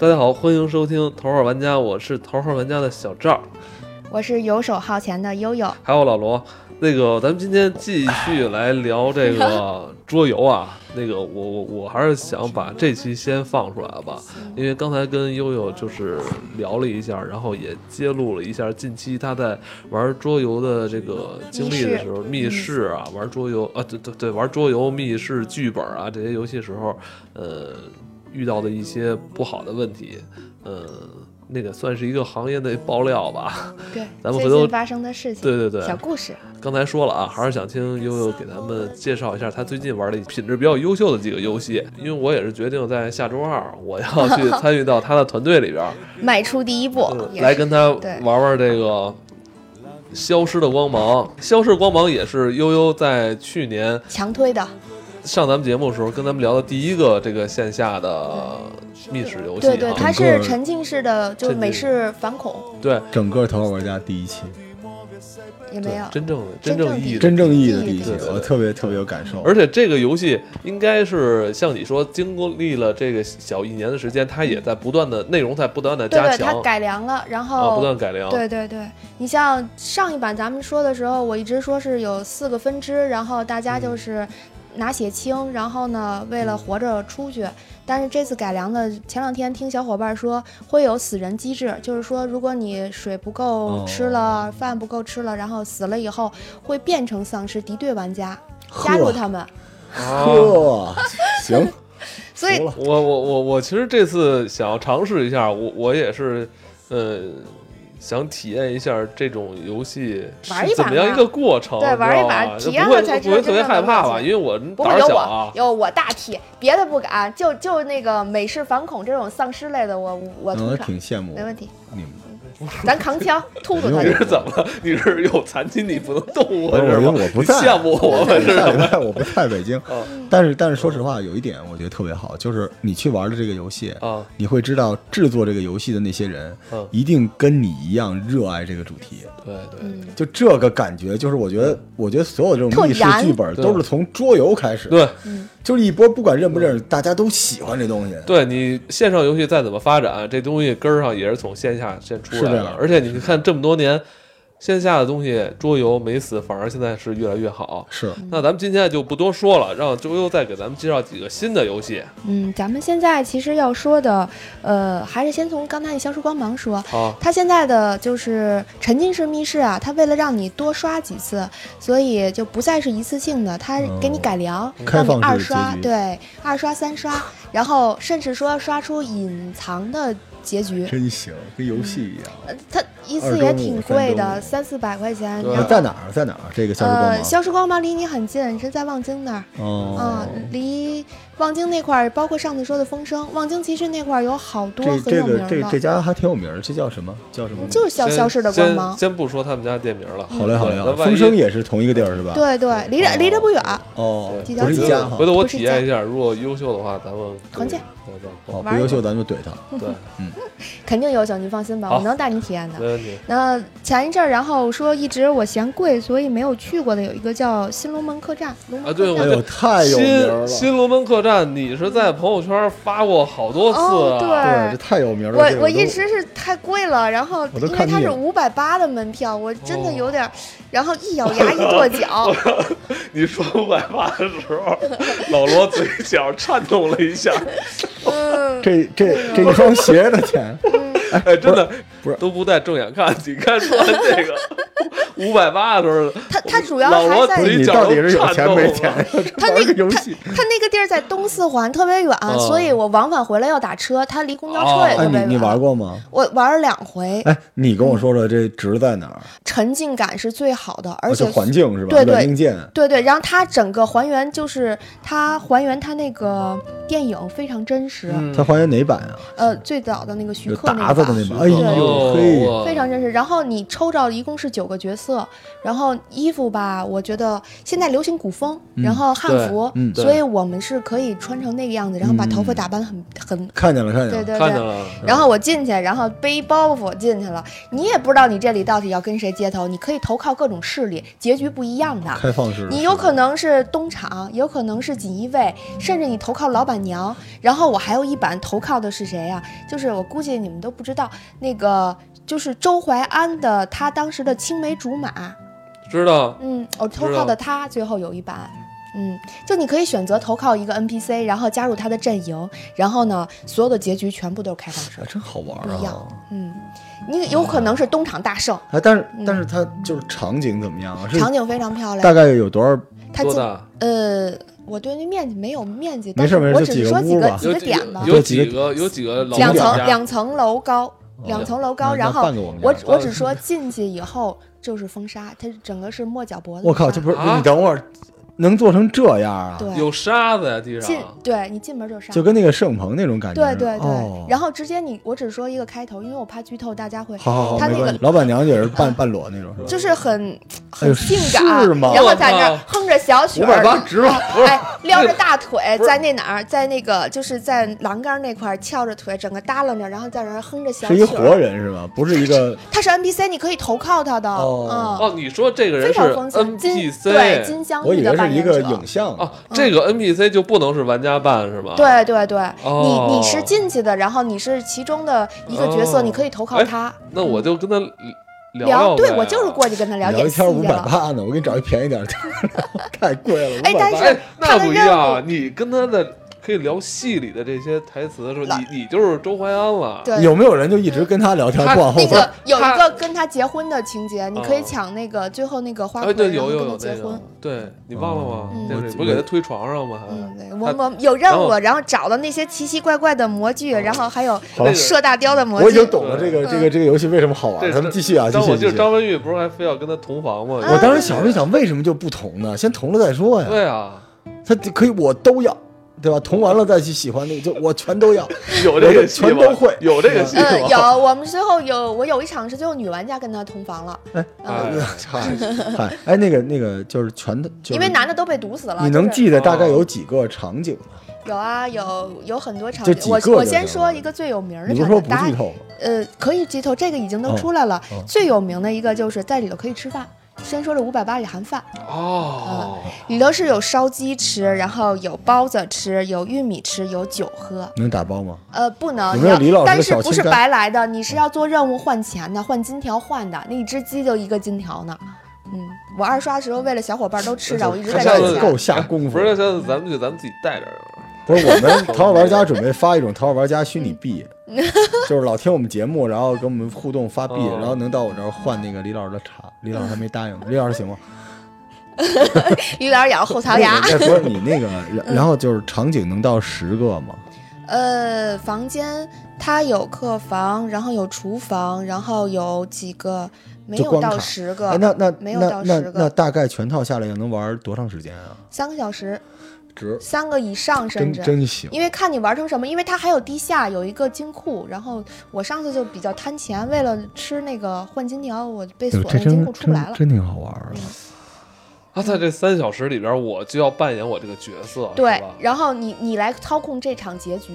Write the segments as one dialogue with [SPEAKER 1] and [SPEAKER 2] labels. [SPEAKER 1] 大家好，欢迎收听《头号玩家》，我是头号玩家的小赵，
[SPEAKER 2] 我是游手好闲的悠悠。
[SPEAKER 1] 还有老罗。那个，咱们今天继续来聊这 个桌游啊。那个，我我我还是想把这期先放出来吧，因为刚才跟悠悠就是聊了一下，然后也揭露了一下近期他在玩桌游的这个经历的时候，密
[SPEAKER 2] 密室嗯
[SPEAKER 1] 室啊，玩桌游啊，对对对，玩桌游、密室、剧本啊这些游戏时候，呃，遇到的一些不好的问题，呃，那个算是一个行业内爆料吧。
[SPEAKER 2] 对，
[SPEAKER 1] 咱们回
[SPEAKER 2] 最
[SPEAKER 1] 头
[SPEAKER 2] 近发生的事情，
[SPEAKER 1] 对对对，
[SPEAKER 2] 小故事。
[SPEAKER 1] 刚才说了啊，还是想听悠悠给咱们介绍一下他最近玩的品质比较优秀的几个游戏，因为我也是决定在下周二我要 去参与到他的团队里边儿，
[SPEAKER 2] 迈出第一步
[SPEAKER 1] 嗯，
[SPEAKER 2] 也
[SPEAKER 1] 来
[SPEAKER 2] 是
[SPEAKER 1] 跟他
[SPEAKER 2] 对
[SPEAKER 1] 玩玩这个。消失的光芒，消失的光芒也是悠悠在去年
[SPEAKER 2] 强推的。
[SPEAKER 1] 上咱们节目的时候跟咱们聊的第一个这个线下的密室游戏、啊。
[SPEAKER 2] 对对，它
[SPEAKER 3] 整
[SPEAKER 2] 是
[SPEAKER 3] 个
[SPEAKER 2] 沉浸式的，就是
[SPEAKER 1] 沉浸
[SPEAKER 2] 美式反恐，
[SPEAKER 1] 对
[SPEAKER 3] 整个《头号玩家》第一期，
[SPEAKER 2] 也没
[SPEAKER 1] 对
[SPEAKER 2] 有。
[SPEAKER 1] 真正的
[SPEAKER 2] 真
[SPEAKER 1] 正
[SPEAKER 2] 正
[SPEAKER 1] 意义
[SPEAKER 2] 第
[SPEAKER 1] 的
[SPEAKER 2] 一
[SPEAKER 3] 真正意义的第一期
[SPEAKER 1] 对对，对
[SPEAKER 3] 我特别特别有感受。
[SPEAKER 1] 而且这个游戏应该是像你说，经过历了这个小一年的时间，它也在不断的内容在不断的
[SPEAKER 2] 对
[SPEAKER 1] 加
[SPEAKER 2] 对，它
[SPEAKER 1] 强
[SPEAKER 2] 改良了，然
[SPEAKER 1] 啊，不
[SPEAKER 2] 后
[SPEAKER 1] 断改
[SPEAKER 3] 哦
[SPEAKER 1] 良。
[SPEAKER 2] 对对对，你像上一版咱们说的时候，我一直说是有四个分支，然后大
[SPEAKER 3] 嗯
[SPEAKER 2] 家就是拿血清，然后呢为了活着出去。但是这次改良的，前两天听小伙伴说会有死人机制，就是说如果你水不
[SPEAKER 3] 哦
[SPEAKER 2] 够吃了，饭不够吃了，然后死了以后会变成丧尸敌对玩家，加入
[SPEAKER 3] 呵
[SPEAKER 2] 他们。
[SPEAKER 1] 啊，我
[SPEAKER 3] 呵，行，
[SPEAKER 2] 所以
[SPEAKER 3] 服了
[SPEAKER 1] 我我我其实这次想要尝试一下，我我也是，呃，想体验一下这种游戏是
[SPEAKER 2] 玩一把
[SPEAKER 1] 怎么样
[SPEAKER 2] 嘛
[SPEAKER 1] 一个过程，
[SPEAKER 2] 对
[SPEAKER 1] 你知
[SPEAKER 2] 玩一
[SPEAKER 1] 道
[SPEAKER 2] 把
[SPEAKER 1] 吧
[SPEAKER 2] 体验
[SPEAKER 1] 不会
[SPEAKER 2] 了才知
[SPEAKER 1] 不会
[SPEAKER 2] 道
[SPEAKER 1] 特别
[SPEAKER 2] 真正的
[SPEAKER 1] 害怕
[SPEAKER 2] 乐
[SPEAKER 1] 吧？
[SPEAKER 2] 趣
[SPEAKER 1] 因为我
[SPEAKER 2] 不
[SPEAKER 1] 胆
[SPEAKER 2] 会
[SPEAKER 1] 儿
[SPEAKER 2] 有
[SPEAKER 1] 小
[SPEAKER 2] 我
[SPEAKER 1] 啊，
[SPEAKER 2] 有我大 T，别的不敢，就就那个美式反恐这种丧尸类的，我我
[SPEAKER 3] 嗯，
[SPEAKER 2] 通
[SPEAKER 3] 我
[SPEAKER 2] 常
[SPEAKER 3] 挺羡慕
[SPEAKER 2] 没问题，
[SPEAKER 3] 你 们。
[SPEAKER 2] 咱扛枪突突他
[SPEAKER 1] 你
[SPEAKER 2] 就
[SPEAKER 3] 没
[SPEAKER 2] 是
[SPEAKER 3] 有
[SPEAKER 1] 是怎么了？你是有残疾你不能动我
[SPEAKER 3] 不是
[SPEAKER 1] 是吗？
[SPEAKER 3] 我我不
[SPEAKER 1] 你
[SPEAKER 3] 在
[SPEAKER 1] 羡慕我们是吧？
[SPEAKER 3] 在 不在？我不在北京
[SPEAKER 1] 哦，
[SPEAKER 3] 但是但是说实话，有一点我觉得特别好，就是你去玩的这个游戏，
[SPEAKER 1] 啊，
[SPEAKER 3] 你会知道制作这个游戏的那些人
[SPEAKER 1] 嗯，
[SPEAKER 3] 一定跟你一样热爱这个主题。
[SPEAKER 1] 对对。
[SPEAKER 2] 嗯，
[SPEAKER 3] 就这个感觉，就是我觉得，我觉得所有这
[SPEAKER 2] 特
[SPEAKER 3] 种密室
[SPEAKER 2] 燃
[SPEAKER 3] 剧本
[SPEAKER 1] 对
[SPEAKER 3] 都是从桌游开始，
[SPEAKER 1] 对
[SPEAKER 3] 就是一波不管认不认识，大家都喜欢这东西。
[SPEAKER 1] 对，你线上游戏再怎么发展，这东西根儿上也是从线下先出来
[SPEAKER 3] 是这
[SPEAKER 1] 的
[SPEAKER 3] 样。
[SPEAKER 1] 而且你看这么多年，线下的东西桌游没死，反而现在是越来越好。
[SPEAKER 3] 是，
[SPEAKER 2] 嗯
[SPEAKER 1] 那咱们今天就不多说了，让周悠再给咱们介绍几个新的游戏。
[SPEAKER 2] 嗯，咱们现在其实要说的，呃，还是先从刚才那消失光芒说。
[SPEAKER 1] 好，
[SPEAKER 2] 它现在的就是沉浸式密室啊，它为了让你多刷几次，所以就不再是一次性的，它给你改良，
[SPEAKER 3] 哦开
[SPEAKER 2] 让你
[SPEAKER 3] 放式
[SPEAKER 2] 二
[SPEAKER 3] 结
[SPEAKER 2] 刷，
[SPEAKER 3] 局
[SPEAKER 2] 对，二刷三刷，然后甚至说刷出隐藏的结局。
[SPEAKER 3] 真行，跟游戏一样。
[SPEAKER 2] 呃，它一
[SPEAKER 3] 二
[SPEAKER 2] 次
[SPEAKER 3] 周
[SPEAKER 2] 也
[SPEAKER 3] 目
[SPEAKER 2] 挺
[SPEAKER 3] 三
[SPEAKER 2] 贵
[SPEAKER 3] 周
[SPEAKER 2] 的，
[SPEAKER 3] 目
[SPEAKER 2] 三四百块钱。
[SPEAKER 1] 对
[SPEAKER 2] 然后
[SPEAKER 3] 啊在哪儿？在哪儿？这个消失光
[SPEAKER 2] 呃，
[SPEAKER 3] 芒。
[SPEAKER 2] 消失光芒离你很近，你是在望京那儿。
[SPEAKER 3] 哦
[SPEAKER 2] 啊，，离望京那块儿，包括上次说的风声，望京其实那块儿有好多
[SPEAKER 3] 这
[SPEAKER 2] 很
[SPEAKER 3] 这
[SPEAKER 2] 有名
[SPEAKER 3] 个
[SPEAKER 2] 的，
[SPEAKER 3] 这这家还挺有名儿，这叫什么？叫什么？
[SPEAKER 2] 就是消
[SPEAKER 1] 嗯先
[SPEAKER 2] 消失的光芒
[SPEAKER 1] 先。。先不说他们家店名了，
[SPEAKER 3] 好嘞好嘞
[SPEAKER 1] 对
[SPEAKER 3] 好嘞，
[SPEAKER 1] 咱万一
[SPEAKER 3] 风声也是同一个地儿是吧？，
[SPEAKER 2] 对对，离着离着不远。
[SPEAKER 3] 哦，
[SPEAKER 2] 几条
[SPEAKER 3] 不是
[SPEAKER 2] 街
[SPEAKER 3] 一家哈
[SPEAKER 1] 回。头我
[SPEAKER 2] 不是
[SPEAKER 1] 体验一下，如果优秀的话，咱们
[SPEAKER 2] 团建
[SPEAKER 1] 对。对
[SPEAKER 3] 哦，
[SPEAKER 2] 玩
[SPEAKER 3] 不
[SPEAKER 2] 儿
[SPEAKER 3] 优秀咱们就怼他。
[SPEAKER 1] 对， 对
[SPEAKER 2] 肯定优秀，你放心吧，
[SPEAKER 1] 好
[SPEAKER 2] 我能带你体验
[SPEAKER 1] 没
[SPEAKER 2] 的。
[SPEAKER 1] 问题。
[SPEAKER 2] 那前一阵儿，然后说一直我嫌贵，所以没有去过的有一个叫新龙门客栈。龙门
[SPEAKER 1] 啊对
[SPEAKER 2] 客
[SPEAKER 1] 我
[SPEAKER 3] 哎
[SPEAKER 2] 栈
[SPEAKER 3] 呦，太有名儿
[SPEAKER 1] 新
[SPEAKER 3] 了！
[SPEAKER 1] 新龙门客栈，你是在朋友圈发过好多次
[SPEAKER 2] 哦对
[SPEAKER 1] 啊？
[SPEAKER 3] 对，这太有名儿了。这
[SPEAKER 2] 我
[SPEAKER 3] 个
[SPEAKER 2] 我
[SPEAKER 3] 都
[SPEAKER 2] 一直是太贵了，然后
[SPEAKER 3] 我都
[SPEAKER 2] 因为
[SPEAKER 3] 看
[SPEAKER 2] 它
[SPEAKER 3] 腻
[SPEAKER 2] 是
[SPEAKER 3] 了
[SPEAKER 2] 五百八的门票，我真的
[SPEAKER 1] 哦
[SPEAKER 2] 有点儿，然后一咬牙一跺 脚，
[SPEAKER 1] 你说五百八的时候，老罗嘴角颤动了一下，
[SPEAKER 2] 嗯，
[SPEAKER 3] 这这这一双鞋的 钱，
[SPEAKER 1] 哎，真的
[SPEAKER 3] 不是
[SPEAKER 1] 都不带正眼看，你看说完这个五百八的时候，
[SPEAKER 2] 它它主要
[SPEAKER 1] 老罗
[SPEAKER 2] 还在
[SPEAKER 1] 不
[SPEAKER 3] 不
[SPEAKER 1] 是
[SPEAKER 3] 是
[SPEAKER 1] 一
[SPEAKER 3] 你
[SPEAKER 1] 角
[SPEAKER 3] 到
[SPEAKER 1] 都
[SPEAKER 3] 底是有
[SPEAKER 1] 颤
[SPEAKER 3] 钱
[SPEAKER 1] 动
[SPEAKER 3] 没
[SPEAKER 1] 了
[SPEAKER 3] 钱呀？啊
[SPEAKER 2] 他那
[SPEAKER 3] 玩
[SPEAKER 2] 个
[SPEAKER 3] 个游戏，
[SPEAKER 2] 他那个地儿在东四环，特别远，
[SPEAKER 1] 哦
[SPEAKER 2] 所以我往返回来要打车，他离公交车也
[SPEAKER 1] 哦
[SPEAKER 3] 哎，
[SPEAKER 2] 特别远。
[SPEAKER 3] 你你玩？过吗？
[SPEAKER 2] 我玩了两回，
[SPEAKER 3] 哎，你跟我说说这值在哪儿？
[SPEAKER 2] 沉浸感是最好的，而
[SPEAKER 3] 哦
[SPEAKER 2] 且
[SPEAKER 3] 就环境是吧？
[SPEAKER 2] 对对
[SPEAKER 3] 软硬件。
[SPEAKER 2] 对对，然后它整个还原就是它还原它那个电影非常真实，
[SPEAKER 1] 嗯
[SPEAKER 3] 它还原哪版啊？
[SPEAKER 2] 呃，最早的那个徐
[SPEAKER 3] 有
[SPEAKER 2] 克
[SPEAKER 3] 达
[SPEAKER 2] 那
[SPEAKER 3] 子的
[SPEAKER 2] 版。
[SPEAKER 3] 那版。哎呦
[SPEAKER 1] 哦
[SPEAKER 3] 嘿，
[SPEAKER 1] 哇
[SPEAKER 2] 非常真实，然后你抽到一共是九个角色，然后衣服吧，我觉得现在流行古风，然后汉服，
[SPEAKER 3] 嗯
[SPEAKER 1] 对
[SPEAKER 2] 所以我们是可以穿成那个样子，然后把头发打扮很很，
[SPEAKER 3] 看见了，看见
[SPEAKER 2] 对
[SPEAKER 3] 了，
[SPEAKER 2] 对
[SPEAKER 1] 看见
[SPEAKER 2] 对。
[SPEAKER 1] 了，
[SPEAKER 2] 然后我进去，然后背包袱进去了，你也不知道你这里到底要跟谁接头，你可以投靠各种势力，结局不一样的。
[SPEAKER 3] 开放式的。
[SPEAKER 2] 你有可能嗯是东厂，有可能是锦衣卫，甚至你投靠老板娘。然后我还有一版投靠的是谁呀、啊就是我估计你们都不知道，那个就是周淮安的，他当时的青梅竹马。
[SPEAKER 1] 知道
[SPEAKER 2] 嗯，我投
[SPEAKER 1] 知
[SPEAKER 2] 靠
[SPEAKER 1] 道
[SPEAKER 2] 的他最后有一版。嗯，就你可以选择投靠一个 NPC，然后加入他的阵营，然后呢，所有的结局全部都是开放式
[SPEAKER 3] 哎，
[SPEAKER 2] 的。
[SPEAKER 3] 真好玩
[SPEAKER 2] 不一
[SPEAKER 3] 啊
[SPEAKER 2] 样！嗯，你有可能是东厂大胜，
[SPEAKER 3] 哎，但是
[SPEAKER 2] 嗯
[SPEAKER 3] 但是它就是场景怎么样啊？是
[SPEAKER 2] 场景非常漂
[SPEAKER 3] 大
[SPEAKER 2] 亮。
[SPEAKER 3] 概有多少？
[SPEAKER 2] 他
[SPEAKER 1] 多
[SPEAKER 2] 进
[SPEAKER 1] 大？
[SPEAKER 2] 呃，我对那面积没有面积，
[SPEAKER 3] 没
[SPEAKER 2] 但
[SPEAKER 3] 事
[SPEAKER 2] 是
[SPEAKER 3] 没事
[SPEAKER 2] 我
[SPEAKER 3] 就
[SPEAKER 2] 只
[SPEAKER 3] 几
[SPEAKER 2] 是说
[SPEAKER 3] 个屋
[SPEAKER 2] 几个
[SPEAKER 3] 吧
[SPEAKER 2] 几
[SPEAKER 1] 有
[SPEAKER 2] 个点吧，
[SPEAKER 1] 有
[SPEAKER 3] 有几
[SPEAKER 1] 几
[SPEAKER 3] 个
[SPEAKER 1] 个有几个老
[SPEAKER 2] 两
[SPEAKER 1] 管
[SPEAKER 2] 层
[SPEAKER 1] 家
[SPEAKER 2] 两层楼高，两层楼高，
[SPEAKER 3] 哦那
[SPEAKER 2] 然
[SPEAKER 3] 那
[SPEAKER 2] 后
[SPEAKER 3] 半个我们家
[SPEAKER 2] 我我
[SPEAKER 1] 半
[SPEAKER 2] 只
[SPEAKER 1] 个
[SPEAKER 2] 说进去以后就是风沙，它整个是没脚脖子的
[SPEAKER 3] 我
[SPEAKER 2] 沙。
[SPEAKER 3] 靠，这不是
[SPEAKER 1] 啊
[SPEAKER 3] 你等会儿能做成这样啊？
[SPEAKER 2] 对
[SPEAKER 1] 有沙子呀，地
[SPEAKER 2] 进
[SPEAKER 1] 上
[SPEAKER 2] 对你进门就沙，
[SPEAKER 3] 就跟那个摄影棚那种感觉
[SPEAKER 2] 对
[SPEAKER 3] 似
[SPEAKER 2] 对
[SPEAKER 3] 的。哦
[SPEAKER 2] 对，然后直接你我只说一个开头，因为我怕剧透，大家会
[SPEAKER 3] 好好好，
[SPEAKER 2] 他
[SPEAKER 3] 没
[SPEAKER 2] 那个
[SPEAKER 3] 关系。老板娘也是 半半裸那种， 是吧？
[SPEAKER 2] 就是很
[SPEAKER 3] 哎
[SPEAKER 2] 很
[SPEAKER 3] 呦
[SPEAKER 2] 性感，
[SPEAKER 3] 是吗
[SPEAKER 2] 然后在那
[SPEAKER 1] 我
[SPEAKER 2] 儿
[SPEAKER 1] 靠
[SPEAKER 2] 哼着小曲
[SPEAKER 1] 五
[SPEAKER 2] 儿，
[SPEAKER 1] 百八十吧？不是
[SPEAKER 2] 哎，撩着大腿
[SPEAKER 1] 不，是
[SPEAKER 2] 在那哪儿，在那个就是在栏杆那块儿翘着腿，整个耷拉着，然后在那儿哼着小
[SPEAKER 3] 是
[SPEAKER 2] 曲
[SPEAKER 3] 一
[SPEAKER 2] 儿。
[SPEAKER 3] 活人是吧？不是 一个
[SPEAKER 2] 他是 NPC，你可以投靠他的，
[SPEAKER 3] 哦
[SPEAKER 1] 哦，你说这个
[SPEAKER 2] 嗯，
[SPEAKER 1] 人
[SPEAKER 2] 非
[SPEAKER 1] 是
[SPEAKER 2] 常丰富。金对
[SPEAKER 1] NPC
[SPEAKER 2] 金镶
[SPEAKER 3] 我
[SPEAKER 2] 玉
[SPEAKER 3] 以
[SPEAKER 2] 的
[SPEAKER 3] 为
[SPEAKER 2] 扮
[SPEAKER 3] 是一
[SPEAKER 2] 演
[SPEAKER 3] 个
[SPEAKER 2] 者，
[SPEAKER 3] 影像呢
[SPEAKER 1] 哦，这个 NPC 就不能是玩家扮是吗？
[SPEAKER 2] 对对对，
[SPEAKER 1] 哦
[SPEAKER 2] 你你是进去的，然后你是其中的一个角色，
[SPEAKER 1] 哦
[SPEAKER 2] 你可以投靠他。
[SPEAKER 1] 那我就跟他聊
[SPEAKER 2] 聊，对
[SPEAKER 1] 呗
[SPEAKER 2] 我就是过去跟他聊
[SPEAKER 3] 聊
[SPEAKER 2] 演
[SPEAKER 3] 一
[SPEAKER 2] 戏啊
[SPEAKER 3] 天五
[SPEAKER 2] 去
[SPEAKER 3] 百
[SPEAKER 2] 了。
[SPEAKER 3] 八呢，我给你找一便宜点儿的， 太贵了。
[SPEAKER 2] 哎但
[SPEAKER 3] 580
[SPEAKER 2] 是
[SPEAKER 1] 哎，
[SPEAKER 2] 他
[SPEAKER 1] 那
[SPEAKER 2] 的
[SPEAKER 1] 不一
[SPEAKER 2] 任
[SPEAKER 1] 样，啊你跟他的可以聊戏里的这些台词的时候，
[SPEAKER 2] 老
[SPEAKER 1] 你你就是周淮安了。
[SPEAKER 2] 对，
[SPEAKER 3] 有没有人就一直跟他聊天
[SPEAKER 1] 他
[SPEAKER 3] 不往后
[SPEAKER 2] 那
[SPEAKER 3] 边
[SPEAKER 2] 个
[SPEAKER 3] 儿？
[SPEAKER 2] 有
[SPEAKER 1] 他
[SPEAKER 2] 一个跟他结婚的情节，你可以
[SPEAKER 1] 哦
[SPEAKER 2] 抢那个最后那个花
[SPEAKER 1] 哎，
[SPEAKER 2] 魁，
[SPEAKER 1] 对，
[SPEAKER 2] 然后
[SPEAKER 1] 有有
[SPEAKER 2] 跟他
[SPEAKER 1] 有
[SPEAKER 2] 结
[SPEAKER 1] 那个
[SPEAKER 2] 婚。，
[SPEAKER 1] 对你忘了吗？
[SPEAKER 2] 嗯
[SPEAKER 1] 那个
[SPEAKER 3] 我
[SPEAKER 1] 不是给他推床上吗？
[SPEAKER 2] 嗯，对，
[SPEAKER 1] 还
[SPEAKER 2] 我我有任
[SPEAKER 1] 然
[SPEAKER 2] 务，
[SPEAKER 1] 后
[SPEAKER 2] 然后找到那些奇奇怪怪的模具，
[SPEAKER 3] 哦
[SPEAKER 2] 然后还有
[SPEAKER 3] 好了
[SPEAKER 2] 射大雕的模
[SPEAKER 3] 我已
[SPEAKER 2] 具
[SPEAKER 3] 经。懂了这个
[SPEAKER 2] 嗯
[SPEAKER 3] 这个这个游戏为什么好玩。
[SPEAKER 1] 这
[SPEAKER 3] 咱们继续啊，继
[SPEAKER 1] 张
[SPEAKER 3] 续
[SPEAKER 1] 我记
[SPEAKER 3] 继
[SPEAKER 1] 得
[SPEAKER 3] 续。
[SPEAKER 1] 张文玉不是还非要跟他同房吗？
[SPEAKER 2] 啊
[SPEAKER 3] 我当时小时候想，为什么就不同呢？先同了再说呀。
[SPEAKER 1] 对啊，
[SPEAKER 3] 他可以我都要，对吧？同完了再去喜欢那个，就我全 都要。
[SPEAKER 1] 有这个戏吗
[SPEAKER 3] 全都会
[SPEAKER 1] 有这个戏
[SPEAKER 2] 嗯，
[SPEAKER 1] 吗？
[SPEAKER 2] 有，我们最后有我有一场是最后女玩家跟他同房了，
[SPEAKER 1] 哎
[SPEAKER 2] 嗯，
[SPEAKER 3] 嗨嗨，哎，那个那个就是全的，就是
[SPEAKER 2] 因为男的都被毒死了。
[SPEAKER 3] 你
[SPEAKER 2] 就
[SPEAKER 3] 能
[SPEAKER 2] 是哦
[SPEAKER 3] 记得大概有几个场景吗？
[SPEAKER 2] 有啊，有有很多场
[SPEAKER 3] 就
[SPEAKER 2] 景。
[SPEAKER 3] 几
[SPEAKER 2] 我
[SPEAKER 3] 个
[SPEAKER 2] 我
[SPEAKER 3] 就
[SPEAKER 2] 先
[SPEAKER 3] 行
[SPEAKER 2] 说
[SPEAKER 3] 了
[SPEAKER 2] 一个最有名儿的
[SPEAKER 3] 你不
[SPEAKER 2] 场
[SPEAKER 3] 是
[SPEAKER 2] 景，
[SPEAKER 3] 说不
[SPEAKER 2] 大
[SPEAKER 3] 剧
[SPEAKER 2] 家
[SPEAKER 3] 透吗？
[SPEAKER 2] 呃可以剧透，这个已经都
[SPEAKER 3] 哦
[SPEAKER 2] 出来了。
[SPEAKER 3] 哦
[SPEAKER 2] 最有名的一个就是在里头可以吃饭，先说这五百八里含饭，
[SPEAKER 1] 哦，
[SPEAKER 2] 里头是有烧鸡吃，然后有包子吃，有玉米吃，有酒喝。
[SPEAKER 3] 能打包吗？
[SPEAKER 2] 呃，不能，
[SPEAKER 3] 有
[SPEAKER 2] 你
[SPEAKER 3] 没有
[SPEAKER 2] 要
[SPEAKER 3] 李老师
[SPEAKER 2] 但
[SPEAKER 3] 的
[SPEAKER 2] 是
[SPEAKER 3] 小
[SPEAKER 2] 不
[SPEAKER 3] 心
[SPEAKER 2] 是
[SPEAKER 3] 肝
[SPEAKER 2] 白来的，你是要做任务换钱的，换金条换的，那一只鸡就一个金条呢。嗯，我二刷的时候为了小伙伴都吃着，我一直
[SPEAKER 1] 看
[SPEAKER 2] 在
[SPEAKER 1] 下
[SPEAKER 2] 挣
[SPEAKER 1] 次
[SPEAKER 3] 这
[SPEAKER 2] 钱。
[SPEAKER 3] 够下功夫
[SPEAKER 1] 不。是，下次咱们就咱们自己带点儿。啊
[SPEAKER 3] 不是我们淘宝玩家准备发一种淘宝玩家虚拟币，
[SPEAKER 2] 嗯
[SPEAKER 3] 就是老听我们节目，然后跟我们互动发币，
[SPEAKER 1] 哦
[SPEAKER 3] 然后能到我这儿换那个李老师的茶。李老师还没答应呢，李老师行吗？
[SPEAKER 2] 于老师咬 后槽牙。
[SPEAKER 3] 那个。那不是你 那个，然然后就是场景能到十个吗？
[SPEAKER 2] 呃，房间它有客房，然后有厨房，然后有几个没
[SPEAKER 3] 就
[SPEAKER 2] 有
[SPEAKER 3] 关
[SPEAKER 2] 到
[SPEAKER 3] 卡
[SPEAKER 2] 十
[SPEAKER 3] 哎，
[SPEAKER 2] 个，
[SPEAKER 3] 那那
[SPEAKER 2] 没有
[SPEAKER 3] 那
[SPEAKER 2] 到
[SPEAKER 3] 那
[SPEAKER 2] 十个
[SPEAKER 3] 那大概全套下来能玩多长时间啊？
[SPEAKER 2] 三个小时，
[SPEAKER 3] 值，
[SPEAKER 2] 三个以上甚
[SPEAKER 3] 真
[SPEAKER 2] 至。
[SPEAKER 3] 真行。
[SPEAKER 2] 啊因为看你玩成什么，因为它还有地下有一个金库，然后我上次就比较贪钱，为了吃那个换金条，我被锁
[SPEAKER 3] 哟哎这
[SPEAKER 2] 在金
[SPEAKER 3] 真
[SPEAKER 2] 库出不来
[SPEAKER 3] 真
[SPEAKER 2] 了。嗯
[SPEAKER 3] 真挺好玩儿的。
[SPEAKER 1] 啊，在这三小时里边，我就要扮演我这个角色，
[SPEAKER 2] 对
[SPEAKER 1] 是吧，
[SPEAKER 2] 然后你你来操控这场结局，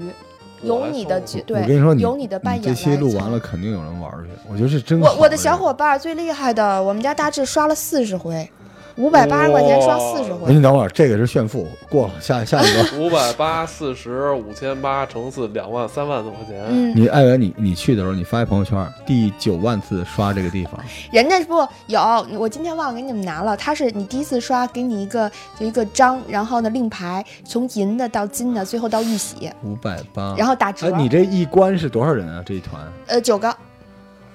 [SPEAKER 1] 我
[SPEAKER 2] 有
[SPEAKER 1] 来
[SPEAKER 2] 你
[SPEAKER 1] 操
[SPEAKER 2] 的
[SPEAKER 1] 控
[SPEAKER 2] 角
[SPEAKER 3] 我跟你
[SPEAKER 2] 对，
[SPEAKER 3] 说，你
[SPEAKER 2] 有你的扮
[SPEAKER 3] 你
[SPEAKER 2] 演
[SPEAKER 3] 这
[SPEAKER 2] 来
[SPEAKER 3] 期录
[SPEAKER 2] 操
[SPEAKER 3] 完了，肯定有人玩儿去。我觉得这真好
[SPEAKER 2] 我我的
[SPEAKER 3] 玩儿
[SPEAKER 2] 小伙伴儿最厉害的，我们家大志刷了四十回，五百八十块钱刷四十
[SPEAKER 1] 哇
[SPEAKER 3] 我给
[SPEAKER 2] 回，
[SPEAKER 3] 你等会儿，这个是炫富，过了下下 一个。
[SPEAKER 1] 五百八、四十、五千八乘四，两万、三万多块钱。
[SPEAKER 2] 嗯，
[SPEAKER 3] 你艾文，你你去的时候，你发一朋友圈，第九万次刷这个地方，
[SPEAKER 2] 人家不有，我今天忘了给你们拿了。他是你第一次刷，给你一个就一个章，然后呢令牌，从银的到金的，最后到玉玺，
[SPEAKER 3] 五百八。
[SPEAKER 2] 然后打折。
[SPEAKER 3] 哎，你这一关是多少人啊？这一团
[SPEAKER 2] 呃九个，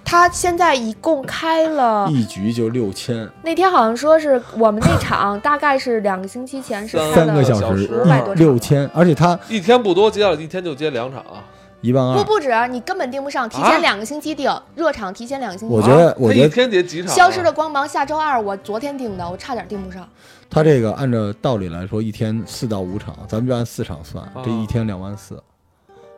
[SPEAKER 2] 他现在一共开了，
[SPEAKER 3] 一局就六千，
[SPEAKER 2] 那天好像说是我们那 场大概是两个星期前是开
[SPEAKER 1] 三
[SPEAKER 3] 三
[SPEAKER 2] 了
[SPEAKER 3] 个
[SPEAKER 1] 小
[SPEAKER 3] 时
[SPEAKER 1] 时
[SPEAKER 2] 500多
[SPEAKER 3] 一六千，而且他
[SPEAKER 1] 一天不多接了，一天就接两场啊。
[SPEAKER 3] 一万
[SPEAKER 2] 不
[SPEAKER 3] 二。
[SPEAKER 2] 不止，啊你根本订不上，提
[SPEAKER 1] 啊
[SPEAKER 2] 前两个星期订，热场提前两个星期
[SPEAKER 3] 我
[SPEAKER 2] 订。
[SPEAKER 3] 觉得
[SPEAKER 1] 啊
[SPEAKER 3] 我
[SPEAKER 1] 他
[SPEAKER 3] 觉得
[SPEAKER 1] 一天得几场啊？
[SPEAKER 2] 消失的光芒下周二我昨天订的，我差点订不上。
[SPEAKER 3] 他这个按照道理来说，一天四到五场，咱们就按四场算，
[SPEAKER 1] 啊
[SPEAKER 3] 这一天两万四，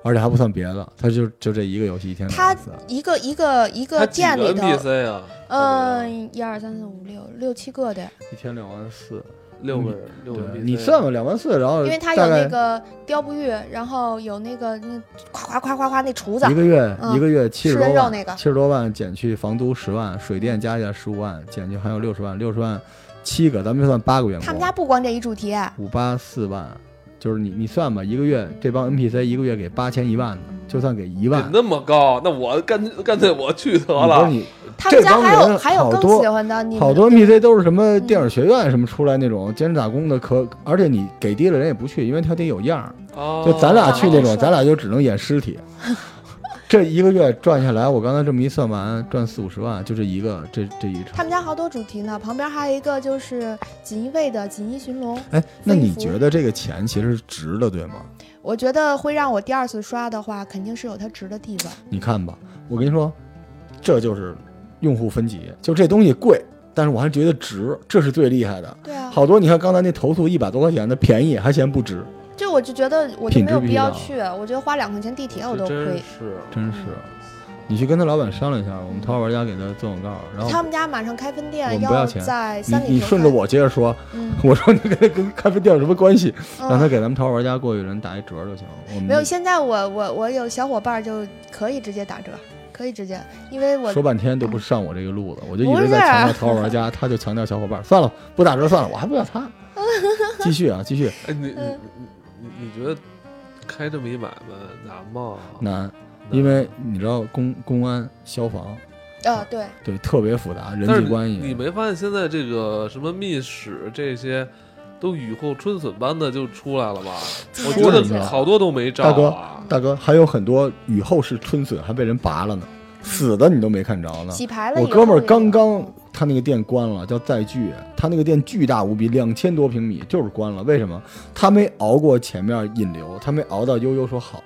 [SPEAKER 3] 而且还不算别的，它就就这一个游戏一天打
[SPEAKER 2] 它
[SPEAKER 3] 一次。
[SPEAKER 2] 一个一个一
[SPEAKER 1] 它
[SPEAKER 2] 个
[SPEAKER 1] 几
[SPEAKER 2] 店
[SPEAKER 1] 个
[SPEAKER 2] 里头，
[SPEAKER 1] NPC 啊？嗯，
[SPEAKER 2] 嗯，一二三四五六六七个得，
[SPEAKER 3] 一天两万四，
[SPEAKER 1] 六个人，六个
[SPEAKER 3] 嗯对
[SPEAKER 1] NPC。
[SPEAKER 3] 你算吧，两万四，然后
[SPEAKER 2] 因为它
[SPEAKER 3] 呃大
[SPEAKER 2] 有
[SPEAKER 3] 概
[SPEAKER 2] 那个雕不玉，然后有那个那夸夸夸夸夸那厨子
[SPEAKER 3] 一，个月、
[SPEAKER 2] 嗯
[SPEAKER 3] 一个月七十多
[SPEAKER 2] 吃人肉
[SPEAKER 3] 万，
[SPEAKER 2] 那个
[SPEAKER 3] 七十多万减去房租十万，水电加起来十五万，减去还有六十万，六十万七个，咱们就算八个员工，
[SPEAKER 2] 他们家不光这一主题，
[SPEAKER 3] 五八四万，就是你你算吧，一个月这帮 NPC 一个月给八千一万的，就算给一
[SPEAKER 1] 给
[SPEAKER 3] 万，
[SPEAKER 1] 那么高，那我干脆干脆我去得
[SPEAKER 3] 你说
[SPEAKER 1] 了。
[SPEAKER 3] 你
[SPEAKER 2] 他们
[SPEAKER 3] 这
[SPEAKER 2] 家
[SPEAKER 3] 帮
[SPEAKER 2] 还
[SPEAKER 3] 人
[SPEAKER 2] 有还有
[SPEAKER 3] 好
[SPEAKER 2] 更
[SPEAKER 3] 多
[SPEAKER 2] 喜欢的，你
[SPEAKER 3] 好
[SPEAKER 2] 们嗯
[SPEAKER 3] 多 NPC 都是什么电影学院什么出来那种兼职打工的，可而且你给低了人也不去，因为他得有样儿。
[SPEAKER 1] 哦
[SPEAKER 3] 就咱俩去那
[SPEAKER 2] 哦
[SPEAKER 3] 种，咱俩就只能演尸 体。这一个月赚下来，我刚才这么一算完，赚四五十万，就这一个这这一
[SPEAKER 2] 他
[SPEAKER 3] 场。
[SPEAKER 2] 们家好多主题呢，旁边还有一个就是锦衣卫的锦衣寻龙，
[SPEAKER 3] 哎，那
[SPEAKER 2] 分
[SPEAKER 3] 你
[SPEAKER 2] 服
[SPEAKER 3] 觉得这个钱其实是值的，对吗？
[SPEAKER 2] 我觉得会让我第二次刷的话，肯定是有它值的地方。
[SPEAKER 3] 你看吧，我跟你说，这就是用户分级，就这东西贵，但是我还觉得值，这是最厉害的。
[SPEAKER 2] 对啊，
[SPEAKER 3] 好多你看刚才那投诉一百多块钱的便宜还嫌不值，
[SPEAKER 2] 就我就觉得我就
[SPEAKER 3] 品
[SPEAKER 2] 没
[SPEAKER 3] 质
[SPEAKER 2] 有
[SPEAKER 3] 必
[SPEAKER 2] 必要
[SPEAKER 3] 须的
[SPEAKER 2] 去，我觉得花两块钱地铁我
[SPEAKER 1] 这
[SPEAKER 2] 都
[SPEAKER 1] 真
[SPEAKER 2] 亏。
[SPEAKER 1] 是
[SPEAKER 3] 真是。
[SPEAKER 2] 嗯
[SPEAKER 3] 你去跟他老板商量一下，我们淘宝玩家给他做广告，然
[SPEAKER 2] 他
[SPEAKER 3] 后
[SPEAKER 2] 们家马上开分
[SPEAKER 3] 我
[SPEAKER 2] 店，
[SPEAKER 3] 们不要钱
[SPEAKER 2] 在
[SPEAKER 3] 你
[SPEAKER 2] 三里
[SPEAKER 3] 你
[SPEAKER 2] 屯
[SPEAKER 3] 顺着
[SPEAKER 2] 开，
[SPEAKER 3] 我接着说，
[SPEAKER 2] 嗯，
[SPEAKER 3] 我说你跟跟咖啡店有什么关系？让他
[SPEAKER 2] 嗯
[SPEAKER 3] 给咱们淘宝玩家过去人打一折就行。我们
[SPEAKER 2] 没有。现在我我我有小伙伴就可以直接打折，可以直接，因为我
[SPEAKER 3] 说半天都不上我这个路子，我就一
[SPEAKER 2] 不
[SPEAKER 3] 直
[SPEAKER 2] 是
[SPEAKER 3] 在强调淘宝玩家，他就强调小伙伴。算了，不打折算了，我还不要他。 继续啊，继续。
[SPEAKER 1] 哎，你你
[SPEAKER 2] 嗯
[SPEAKER 1] 你你你觉得开这么一买卖难吗？
[SPEAKER 3] 难，
[SPEAKER 1] 难
[SPEAKER 3] 因为你知道公公安、消防，
[SPEAKER 2] 呃对，
[SPEAKER 3] 对，特别复杂，人
[SPEAKER 1] 但是
[SPEAKER 3] 际关系。啊
[SPEAKER 1] 你没发现现在这个什么密室这些，都雨后春笋般的就出来了吗？我觉
[SPEAKER 3] 出来
[SPEAKER 1] 得
[SPEAKER 3] 了
[SPEAKER 1] 好多都没招
[SPEAKER 3] 大哥
[SPEAKER 1] 啊。
[SPEAKER 3] 大哥，还有很多雨后是春笋，还被人拔了呢，死的你都没看着呢。
[SPEAKER 2] 洗牌了以后
[SPEAKER 3] 我
[SPEAKER 2] 也有。
[SPEAKER 3] 哥们儿刚刚他那个店关了，叫再聚，他那个店巨大无比，两千多平米，就是关了。为什么？他没熬过前面引流，他没熬到悠悠说好。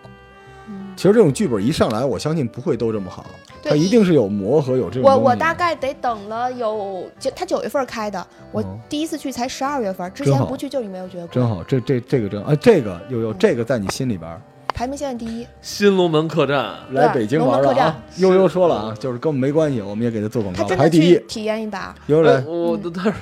[SPEAKER 2] 嗯，
[SPEAKER 3] 其实这种剧本一上来，我相信不会都这么好，
[SPEAKER 2] 对
[SPEAKER 3] 他一定是有磨合，有这种
[SPEAKER 2] 我
[SPEAKER 3] 东
[SPEAKER 2] 我
[SPEAKER 3] 西
[SPEAKER 2] 大概得等了有九，他九月份开的，我
[SPEAKER 3] 哦
[SPEAKER 2] 第一次去才十二月份，之
[SPEAKER 3] 真
[SPEAKER 2] 前
[SPEAKER 3] 好
[SPEAKER 2] 不去就没有觉得贵
[SPEAKER 3] 真好，这这这个真啊，这个悠
[SPEAKER 2] 嗯
[SPEAKER 3] 悠，这个在你心里边儿。
[SPEAKER 2] 排名现在第
[SPEAKER 3] 啊
[SPEAKER 2] 一。
[SPEAKER 1] 新龙门客栈，
[SPEAKER 3] 来北京玩了啊！
[SPEAKER 1] 龙门客栈
[SPEAKER 3] 悠悠说了啊，就是跟我们没关系，我们也给他做广
[SPEAKER 2] 他
[SPEAKER 3] 告，
[SPEAKER 2] 真
[SPEAKER 3] 排
[SPEAKER 2] 的
[SPEAKER 3] 第
[SPEAKER 2] 去
[SPEAKER 3] 一。
[SPEAKER 2] 体验一把，
[SPEAKER 3] 悠悠
[SPEAKER 1] 哎
[SPEAKER 3] 来，
[SPEAKER 1] 我但是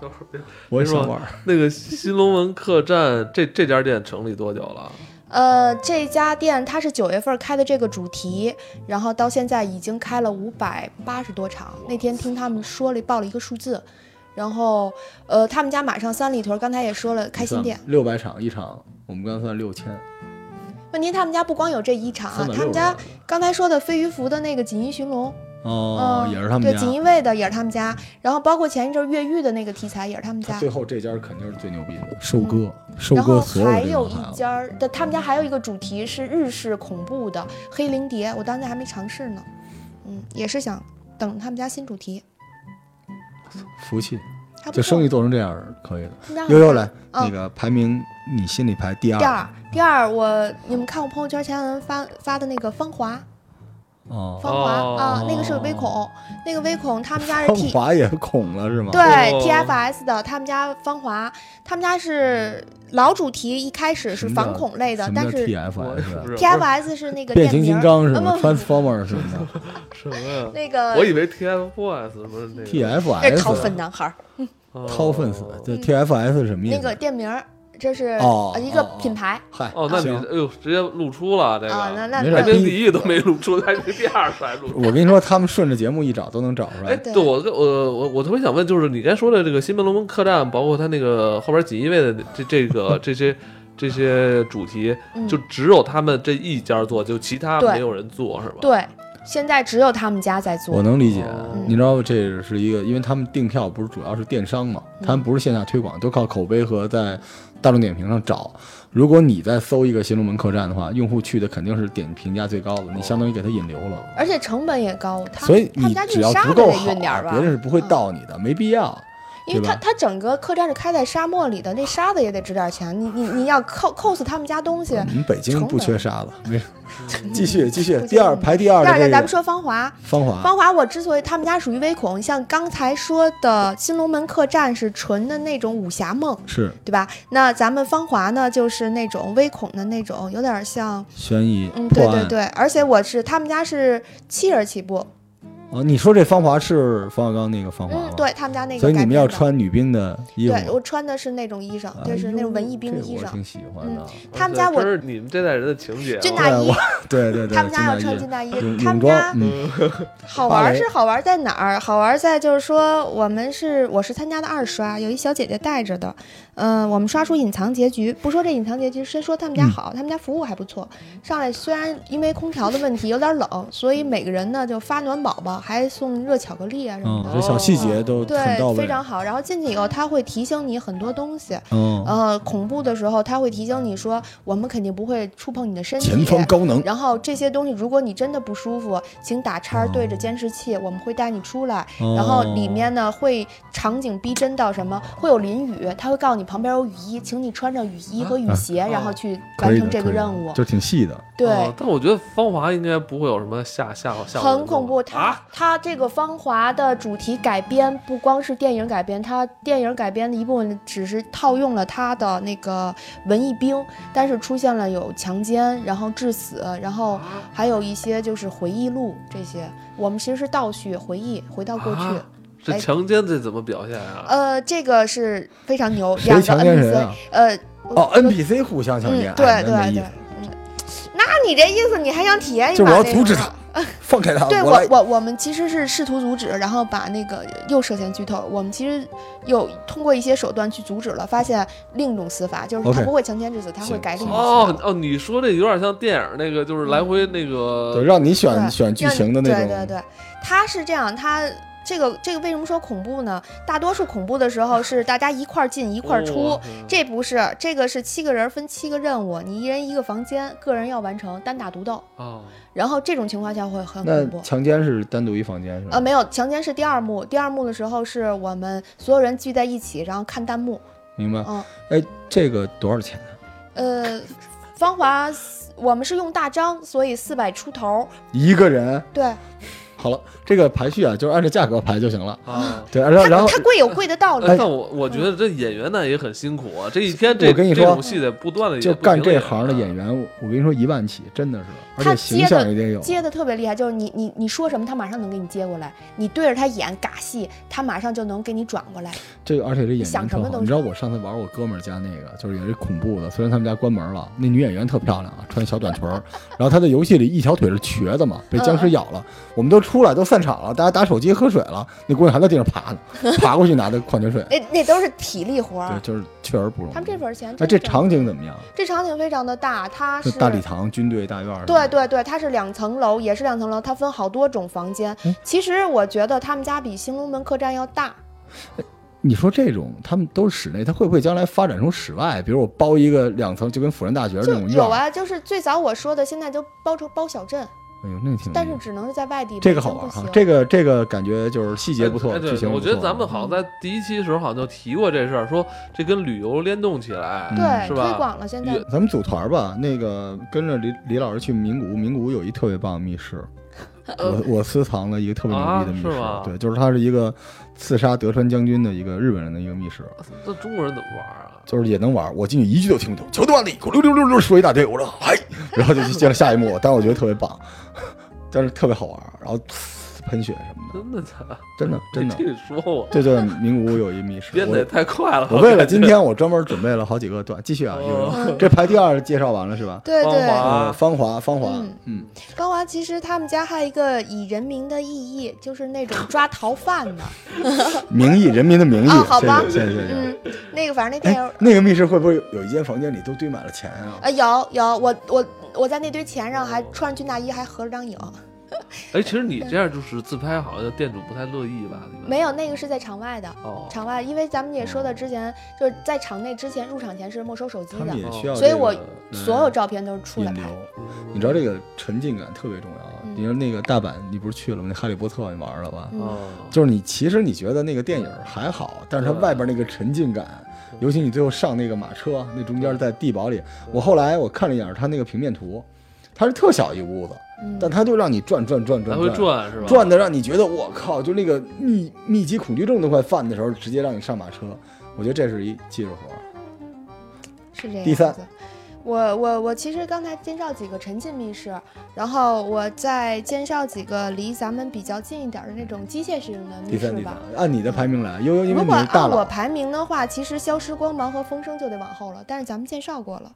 [SPEAKER 1] 等会儿别
[SPEAKER 3] 我也想玩儿。
[SPEAKER 1] 那个新龙门客栈这这家店成立多久了？
[SPEAKER 2] 呃，这家店它是九月份开的这个主题，然后到现在已经开了五百八十多场。那天听他们说了报了一个数字，然后呃，他们家马上三里屯，刚才也说了开 新店。
[SPEAKER 3] 六百场一场，我们刚才算六千，
[SPEAKER 2] 问题他们家不光有这一场啊
[SPEAKER 3] 三百，
[SPEAKER 2] 他们
[SPEAKER 3] 六十
[SPEAKER 2] 家刚才说的飞鱼服的那个锦衣寻龙，
[SPEAKER 3] 哦，
[SPEAKER 2] 嗯
[SPEAKER 3] 也是他们
[SPEAKER 2] 对
[SPEAKER 3] 家。
[SPEAKER 2] 锦衣卫的也是他们家，然后包括前一阵越狱的那个题材也是他们
[SPEAKER 3] 他
[SPEAKER 2] 家嗯
[SPEAKER 3] 最。后这家肯定是最牛逼的，收割，收
[SPEAKER 2] 然后
[SPEAKER 3] 割所有的
[SPEAKER 2] 还
[SPEAKER 3] 这
[SPEAKER 2] 有
[SPEAKER 3] 种
[SPEAKER 2] 一
[SPEAKER 3] 孩子。
[SPEAKER 2] 家儿的，他们家还有一个主题是日式恐怖的黑灵蝶，我到现在还没尝试呢。嗯，也是想等他们家新主题，
[SPEAKER 3] 服气，
[SPEAKER 2] 还啊不
[SPEAKER 3] 就生
[SPEAKER 2] 错
[SPEAKER 3] 意。做成这样儿可以的。
[SPEAKER 2] 他们家好
[SPEAKER 3] 悠悠来，
[SPEAKER 2] 嗯
[SPEAKER 3] 那个排名你心里排第
[SPEAKER 2] 第
[SPEAKER 3] 二
[SPEAKER 2] 二，第二，我你们看我朋友圈前两天发发的那个芳华，
[SPEAKER 3] 哦，
[SPEAKER 2] 芳华
[SPEAKER 1] 哦
[SPEAKER 2] 啊，那个是微恐，那个微恐他们家是
[SPEAKER 3] 芳
[SPEAKER 2] T
[SPEAKER 3] 华也恐了是吗？
[SPEAKER 2] 对
[SPEAKER 1] 哦
[SPEAKER 2] TFS 的，他们家芳华，他们家是老主题一开始是
[SPEAKER 3] 嗯什么叫
[SPEAKER 2] 反恐类的
[SPEAKER 3] 什，么
[SPEAKER 2] 但
[SPEAKER 3] 叫
[SPEAKER 2] 是
[SPEAKER 3] TFS？
[SPEAKER 1] 是
[SPEAKER 2] TFS 是那个
[SPEAKER 3] 啊
[SPEAKER 2] 店
[SPEAKER 3] 变形
[SPEAKER 2] 名
[SPEAKER 3] 金
[SPEAKER 2] 儿，
[SPEAKER 3] 刚是吗
[SPEAKER 2] 啊不
[SPEAKER 3] ？Transformer 是吗
[SPEAKER 1] 什么呀？
[SPEAKER 2] 那个
[SPEAKER 1] 我以为 TFBOYS 不是那个
[SPEAKER 2] 那是掏
[SPEAKER 3] ？TFS
[SPEAKER 2] 粪男孩儿。
[SPEAKER 1] 哦
[SPEAKER 3] 啊掏粪死，这
[SPEAKER 2] 嗯
[SPEAKER 3] TFS 是什么意思？
[SPEAKER 2] 那个店名儿，这是
[SPEAKER 3] 哦
[SPEAKER 2] 呃一个
[SPEAKER 3] 哦哦
[SPEAKER 2] 品牌
[SPEAKER 3] 嗨，
[SPEAKER 1] 哦，那你
[SPEAKER 3] 行
[SPEAKER 1] 哎呦，直接露出了这
[SPEAKER 2] 啊。那
[SPEAKER 1] 个，
[SPEAKER 2] 那
[SPEAKER 3] 没事
[SPEAKER 1] 排
[SPEAKER 2] 那
[SPEAKER 3] 对
[SPEAKER 1] 名第一都没露出，排名第二才露出。
[SPEAKER 3] 我跟你说，他们顺着节目一找都能找 出
[SPEAKER 1] 哎，
[SPEAKER 3] 来。
[SPEAKER 2] 对
[SPEAKER 1] 对我跟我我我特别想问，就是你刚才说的这个新门龙门客栈，包括它那个后边锦衣卫的这这个这些这些主题，
[SPEAKER 2] 嗯
[SPEAKER 1] 就只有他们这一家做，就其他
[SPEAKER 2] 对
[SPEAKER 1] 没有人做，是吧？，
[SPEAKER 2] 对，现在只有他们家在
[SPEAKER 3] 我
[SPEAKER 2] 做。
[SPEAKER 3] 能理解
[SPEAKER 1] 嗯，
[SPEAKER 3] 你知道这是一个，因为他们订票不是主要是电商嘛，
[SPEAKER 2] 嗯
[SPEAKER 3] 他们不是线下推广，都靠口碑和在大众点评上找。如果你再搜一个新龙门客栈的话，用户去的肯定是点评价最高的，你相当于给他引流了。
[SPEAKER 2] 而且成本也高，他
[SPEAKER 3] 所以
[SPEAKER 2] 哦他们
[SPEAKER 3] 你
[SPEAKER 2] 家
[SPEAKER 3] 只
[SPEAKER 2] 运
[SPEAKER 3] 要
[SPEAKER 2] 沙
[SPEAKER 3] 足
[SPEAKER 2] 子
[SPEAKER 3] 够
[SPEAKER 2] 得
[SPEAKER 3] 好，
[SPEAKER 2] 运点儿吧嗯
[SPEAKER 3] 别。人是不会盗你的，没必要。
[SPEAKER 2] 因为
[SPEAKER 3] 对
[SPEAKER 2] 它
[SPEAKER 3] 吧
[SPEAKER 2] 它整个客栈是开在沙漠里的，那沙子也得值点钱。你你你要扣扣死他们家东西。
[SPEAKER 3] 你们北京
[SPEAKER 2] 嗯成
[SPEAKER 3] 不
[SPEAKER 2] 本嗯
[SPEAKER 3] 缺沙子，没事。继续继续
[SPEAKER 2] 不，缺
[SPEAKER 3] 第二排第二
[SPEAKER 2] 第
[SPEAKER 3] 的
[SPEAKER 2] 二个，
[SPEAKER 3] 这
[SPEAKER 2] 咱们
[SPEAKER 3] 个
[SPEAKER 2] 说芳华，
[SPEAKER 3] 芳华，
[SPEAKER 2] 芳华我之所以他们家属于微恐，像刚才说的新龙门客栈是纯的那种武侠梦，
[SPEAKER 3] 是
[SPEAKER 2] 对吧？那咱们芳华呢，就是那种微恐的那种，有点像，
[SPEAKER 3] 悬疑
[SPEAKER 2] 嗯，对
[SPEAKER 3] 破
[SPEAKER 2] 对
[SPEAKER 3] 案。
[SPEAKER 2] 对。而且我是他们家是七人起步，
[SPEAKER 3] 哦，你说这芳华是冯小刚那个芳华
[SPEAKER 2] 嗯
[SPEAKER 3] 吗，？
[SPEAKER 2] 对他们家那个
[SPEAKER 3] 所以你
[SPEAKER 2] 改
[SPEAKER 3] 们
[SPEAKER 2] 编
[SPEAKER 3] 要
[SPEAKER 2] 的
[SPEAKER 3] 穿女兵的衣服吗啊
[SPEAKER 2] 对，我穿的是那种衣裳，就是那种文艺兵的嗯衣
[SPEAKER 3] 这我
[SPEAKER 2] 裳。
[SPEAKER 3] 挺喜欢 的。
[SPEAKER 2] 他们家我
[SPEAKER 1] 这是你们这代人的情节、啊，
[SPEAKER 2] 军
[SPEAKER 3] 对
[SPEAKER 2] 大衣
[SPEAKER 3] 我，对对对，
[SPEAKER 2] 他们家要
[SPEAKER 3] 军
[SPEAKER 2] 穿
[SPEAKER 3] 大
[SPEAKER 2] 军大衣
[SPEAKER 3] 泳，
[SPEAKER 2] 他
[SPEAKER 3] 泳
[SPEAKER 2] 们家
[SPEAKER 3] 装，嗯，
[SPEAKER 2] 好
[SPEAKER 3] 芭
[SPEAKER 2] 玩
[SPEAKER 3] 蕾
[SPEAKER 2] 是好玩在哪儿？好玩在就是说，我们是我是参加的二刷，有一小姐姐带着的，嗯、我们刷出隐藏结局。不说这隐藏结局，先说他们
[SPEAKER 3] 嗯
[SPEAKER 2] 家好，他们家服务还不错。上来虽然因为空调的问题有点冷，所以每个人呢就发暖宝宝，还送热巧克力啊什么
[SPEAKER 3] 嗯，
[SPEAKER 2] 的，
[SPEAKER 3] 这小细节都很
[SPEAKER 2] 对，
[SPEAKER 3] 到
[SPEAKER 2] 非
[SPEAKER 3] 位。
[SPEAKER 2] 常好。然后进去以后，他会提醒你很多东西。
[SPEAKER 3] 嗯，
[SPEAKER 2] 呃，恐怖的时候，他会提醒你说，我们肯定不会触碰你的身体。
[SPEAKER 3] 前方高能，
[SPEAKER 2] 然后这些东西，如果你真的不舒服，请打叉对着监视器，我们会带你出来。
[SPEAKER 3] 哦
[SPEAKER 2] 然后里面呢会场景逼真到什么，会有淋雨，他会告诉你旁边有雨衣，请你穿上雨衣和雨鞋，
[SPEAKER 1] 啊
[SPEAKER 2] 然后去
[SPEAKER 3] 可
[SPEAKER 2] 完
[SPEAKER 3] 以
[SPEAKER 2] 成
[SPEAKER 3] 的
[SPEAKER 2] 这个
[SPEAKER 3] 哦可以的
[SPEAKER 2] 任务。
[SPEAKER 3] 就挺细的。
[SPEAKER 2] 对。
[SPEAKER 1] 哦但我觉得芳华应该不会有什么吓吓吓唬人
[SPEAKER 2] 很
[SPEAKER 1] 的
[SPEAKER 2] 恐怖，它、
[SPEAKER 1] 啊！
[SPEAKER 2] 它这个《芳华》的主题改编不光是电影改编，它电影改编的一部分只是套用了它的那个文艺兵，但是出现了有强奸，然后致死，然后
[SPEAKER 3] 啊
[SPEAKER 2] 还有一些就是回忆录这些。我们其实是倒叙回忆，回到过去。
[SPEAKER 1] 啊这
[SPEAKER 2] 哎
[SPEAKER 1] 强奸这怎么表现啊？
[SPEAKER 2] 呃，这个是非常牛，
[SPEAKER 3] 谁
[SPEAKER 2] 两个
[SPEAKER 3] 强奸谁
[SPEAKER 2] NPC，、
[SPEAKER 3] 啊
[SPEAKER 2] 呃，
[SPEAKER 3] 哦，NPC 互相强
[SPEAKER 2] 嗯，，
[SPEAKER 3] 奸哎
[SPEAKER 2] 对
[SPEAKER 3] 那没
[SPEAKER 2] 对
[SPEAKER 3] 意
[SPEAKER 2] 对
[SPEAKER 3] 思，
[SPEAKER 2] 嗯，那你这意思，你还想体验一把
[SPEAKER 3] 就是我要
[SPEAKER 2] 这
[SPEAKER 3] 阻
[SPEAKER 2] 个
[SPEAKER 3] 止
[SPEAKER 2] 呢
[SPEAKER 3] 他放开他，
[SPEAKER 2] 对
[SPEAKER 3] 啊我来
[SPEAKER 2] 我我们其实是试图阻止，然后把那个又涉嫌剧透。我们其实有通过一些手段去阻止了，发现另一种死法，就是他
[SPEAKER 3] OK
[SPEAKER 2] 不会强奸致死，他会
[SPEAKER 3] 行
[SPEAKER 2] 改另一种死
[SPEAKER 1] 哦
[SPEAKER 2] 法。
[SPEAKER 1] 哦，你说这有点像电影那个，就是来回那
[SPEAKER 3] 对
[SPEAKER 1] 个
[SPEAKER 3] 让你
[SPEAKER 2] 对
[SPEAKER 3] 选选剧
[SPEAKER 2] 让你
[SPEAKER 3] 情的那种，
[SPEAKER 2] 对对对，他是这样，他。这个这个为什么说恐怖呢？大多数恐怖的时候是大家一块儿进一块儿出，
[SPEAKER 1] 哦嗯
[SPEAKER 2] 这不是这个是七个人分七个任务，你一人一个房间，个人要完成单打独斗。
[SPEAKER 1] 哦，
[SPEAKER 2] 然后这种情况下会很恐怖
[SPEAKER 3] 那。强奸是单独一房间是
[SPEAKER 2] 呃，
[SPEAKER 3] 吧？
[SPEAKER 2] 没有，强奸是第二幕。第二幕的时候是我们所有人聚在一起，然后看弹幕。
[SPEAKER 3] 明白？
[SPEAKER 2] 嗯，
[SPEAKER 3] 哎，这个多少钱啊？
[SPEAKER 2] 呃，芳华，我们是用大张，所以四百出头。
[SPEAKER 3] 一个人？
[SPEAKER 2] 对，
[SPEAKER 3] 好了，这个排序啊，就是按照价格排就行了。
[SPEAKER 1] 啊。
[SPEAKER 3] 对，然后然后
[SPEAKER 2] 它贵有贵的道理。
[SPEAKER 1] 哎，但我我觉得这演员呢也很辛苦啊，这一天这
[SPEAKER 3] 我跟你说
[SPEAKER 1] 这种戏得不嗯断的
[SPEAKER 3] 就干这行
[SPEAKER 1] 啊
[SPEAKER 3] 的演员，我我跟你说一万起，真的是，而且
[SPEAKER 2] 他
[SPEAKER 3] 形
[SPEAKER 2] 接
[SPEAKER 3] 象
[SPEAKER 2] 的
[SPEAKER 3] 也得有。
[SPEAKER 2] 接的特别厉害，就是你你你说什么，他马上能给你接过来。你对着他演尬戏，他马上就能给你转过来。
[SPEAKER 3] 这个而且这演员
[SPEAKER 2] 想什
[SPEAKER 3] 特
[SPEAKER 2] 么
[SPEAKER 3] 好，
[SPEAKER 2] 都
[SPEAKER 3] 你知道
[SPEAKER 2] 是
[SPEAKER 3] 我上次玩我哥们儿家那个，就是也是恐怖的，虽然他们家关门了，那女演员特漂亮啊，穿小短裙儿，然后她在游戏里一条腿是瘸的嘛，被僵
[SPEAKER 2] 嗯
[SPEAKER 3] 尸咬了，我们都出来都散场了，大家打手机喝水了，那姑娘还在地上爬呢，
[SPEAKER 2] ，
[SPEAKER 3] 爬过去拿的矿泉水
[SPEAKER 2] 那那都是体力活
[SPEAKER 3] 对，
[SPEAKER 2] 儿。
[SPEAKER 3] 就是确实不容易
[SPEAKER 2] 哎他。们这份儿钱真
[SPEAKER 3] 那
[SPEAKER 2] 挣，
[SPEAKER 3] 这场景怎么样？
[SPEAKER 2] 这场景非常的大，它
[SPEAKER 3] 就是大礼堂、军队大院儿什么
[SPEAKER 2] 对
[SPEAKER 3] 的，
[SPEAKER 2] 对对，它是两层楼，也是两层楼，它分好多种房间。
[SPEAKER 3] 嗯
[SPEAKER 2] 其实我觉得他们家比兴隆门客栈要大。
[SPEAKER 3] 你说这种他们都是室内，他会不会将来发展成室外？比如我包一个两层，就跟辅仁大学那
[SPEAKER 2] 就
[SPEAKER 3] 种院
[SPEAKER 2] 有
[SPEAKER 3] 儿，
[SPEAKER 2] 啊，就是最早我说的，现在就包成包小镇，
[SPEAKER 3] 哎呦，那挺有意思。
[SPEAKER 2] 但是只能是在外地。
[SPEAKER 3] 这
[SPEAKER 2] 北
[SPEAKER 3] 个好
[SPEAKER 2] 京
[SPEAKER 3] 玩
[SPEAKER 2] 不
[SPEAKER 3] 哈
[SPEAKER 2] 行，
[SPEAKER 3] 这个这个感觉就是细节不错，
[SPEAKER 1] 哎对
[SPEAKER 3] 剧情
[SPEAKER 1] 我
[SPEAKER 3] 不
[SPEAKER 1] 觉得
[SPEAKER 3] 错嗯啊
[SPEAKER 1] 咱们好像在第一期的时候好像就提过这事儿，说这跟旅游联动起
[SPEAKER 3] 嗯
[SPEAKER 1] 来，
[SPEAKER 2] 对
[SPEAKER 1] 嗯是吧
[SPEAKER 2] 推广了现在
[SPEAKER 1] 也。
[SPEAKER 3] 咱们组团吧，那个跟着李李老师去名古屋，名古屋有一特别棒的 密室，我我私藏了一个特别牛逼的密室，
[SPEAKER 1] 啊是吗
[SPEAKER 3] 对，就是它是一个刺杀德川将军的一个日本人的一个密室，
[SPEAKER 1] 那中国人怎么玩啊？
[SPEAKER 3] 就是也能玩，我进去一句都听不懂，桥段里咕溜溜溜溜说一大堆，我说 嗨，然后就接着下一幕，但是我觉得特别棒， 但是特别好玩，然后噗喷血什么的，
[SPEAKER 1] 真的假的？
[SPEAKER 3] 真的真的
[SPEAKER 1] 你，这说我
[SPEAKER 3] 对对，名古屋有一密室，
[SPEAKER 1] 编
[SPEAKER 3] 我
[SPEAKER 1] 的也太快了。
[SPEAKER 3] 我为了今天，我专门准备了好几个段，继续啊，一
[SPEAKER 1] 哦
[SPEAKER 3] 荣，这排第二介绍完了是吧？
[SPEAKER 2] 对
[SPEAKER 1] 芳华
[SPEAKER 2] 对，
[SPEAKER 1] 啊
[SPEAKER 3] 呃芳华，芳华
[SPEAKER 2] 嗯，
[SPEAKER 3] 嗯，
[SPEAKER 2] 高娃其实他们家还有一个以人民的意义，就是那种抓逃犯 的。
[SPEAKER 3] 名义，人民的名义
[SPEAKER 2] 哦，好
[SPEAKER 3] 谢谢
[SPEAKER 2] 吧，
[SPEAKER 3] 谢谢谢谢。
[SPEAKER 2] 嗯，那个反正那电
[SPEAKER 3] 哎
[SPEAKER 2] 影，，
[SPEAKER 3] 那个密室会不会有一间房间里都堆满了钱
[SPEAKER 2] 哎
[SPEAKER 3] 啊？嗯
[SPEAKER 2] 呃，有有，我我我在那堆钱上还穿着军大衣，还合了张影。
[SPEAKER 1] 哎，其实你这样就是自拍，好像店主不太乐意吧？
[SPEAKER 2] 没有，那个是在场外的。
[SPEAKER 1] 哦，
[SPEAKER 2] 场外，因为咱们也说的，之前就是在场内之前入场前是没收手机
[SPEAKER 3] 嗯他们
[SPEAKER 2] 的，哦
[SPEAKER 3] 也需要
[SPEAKER 2] 所以
[SPEAKER 3] 这个
[SPEAKER 2] 我
[SPEAKER 3] 来
[SPEAKER 2] 所有照片都是出来
[SPEAKER 3] 引
[SPEAKER 2] 拍。
[SPEAKER 3] 流。你知道这个沉浸感特别重要啊！你说那个大阪，你不是去了吗？那《哈利波特》你玩了吧？
[SPEAKER 2] 嗯
[SPEAKER 1] 哦，
[SPEAKER 3] 就是你其实你觉得那个电影还好，但是它外边那个沉浸感，尤其你最后上那个马车，那中间在地堡里，我后来我看了一眼它那个平面图，它是特小一屋子，
[SPEAKER 2] 嗯
[SPEAKER 3] 但它就让你转转转
[SPEAKER 1] 来
[SPEAKER 3] 转
[SPEAKER 1] 回转是吧？
[SPEAKER 3] 转的让你觉得我靠，就那个密密集恐惧症都快犯的时候，直接让你上马车，我觉得这是一技术活儿。
[SPEAKER 2] 是这样。
[SPEAKER 3] 第三，
[SPEAKER 2] 我我我其实刚才介绍几个沉浸密室，然后我再介绍几个离咱们比较近一点的那种机械式的
[SPEAKER 3] 第
[SPEAKER 2] 密室
[SPEAKER 3] 三，第三
[SPEAKER 2] 吧。，
[SPEAKER 3] 按你的排名来，悠悠，因为
[SPEAKER 2] 如
[SPEAKER 3] 你
[SPEAKER 2] 果
[SPEAKER 3] 是大
[SPEAKER 2] 按我
[SPEAKER 3] 佬，
[SPEAKER 2] 排名的话，其实消失光芒和风声就得往后了，但是咱们介绍过了。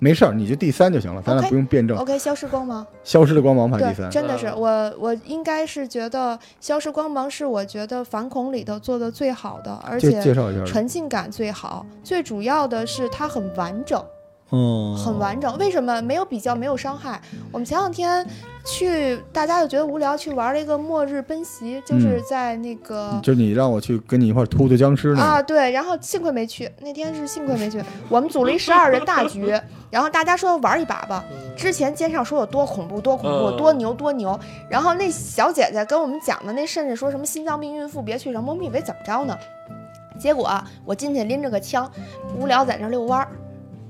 [SPEAKER 3] 没事儿，你就第三就行了，咱俩
[SPEAKER 2] OK
[SPEAKER 3] 不用辩证。
[SPEAKER 2] OK，消失光芒，
[SPEAKER 3] 消失的光芒排第
[SPEAKER 2] 对，
[SPEAKER 3] 三，
[SPEAKER 2] 真的是
[SPEAKER 1] 嗯
[SPEAKER 2] 我我应该是觉得消失光芒是我觉得反恐里头做的最好的，而
[SPEAKER 3] 介介
[SPEAKER 2] 且
[SPEAKER 3] 绍一下，
[SPEAKER 2] 沉浸感最好，最主要的是它很完整。
[SPEAKER 3] 嗯，
[SPEAKER 2] 很完整。为什么没有比较，没有伤害？我们前两天去，大家就觉得无聊，去玩了一个末日奔袭，就是在那个。
[SPEAKER 3] 就是嗯你让我去跟你一块儿突突僵尸呢
[SPEAKER 2] 啊，，对，然后幸亏没去，那天是幸亏没去。我们组了一十二人大局，然后大家说玩一把吧。之前监上说有多恐怖，多恐怖，
[SPEAKER 1] 嗯
[SPEAKER 2] 多牛，多牛。然后那小姐姐跟我们讲的那，甚至说什么心脏病孕妇别去，然后我们以为怎么着呢？结果啊、我进去拎着个枪，无聊在那遛弯儿，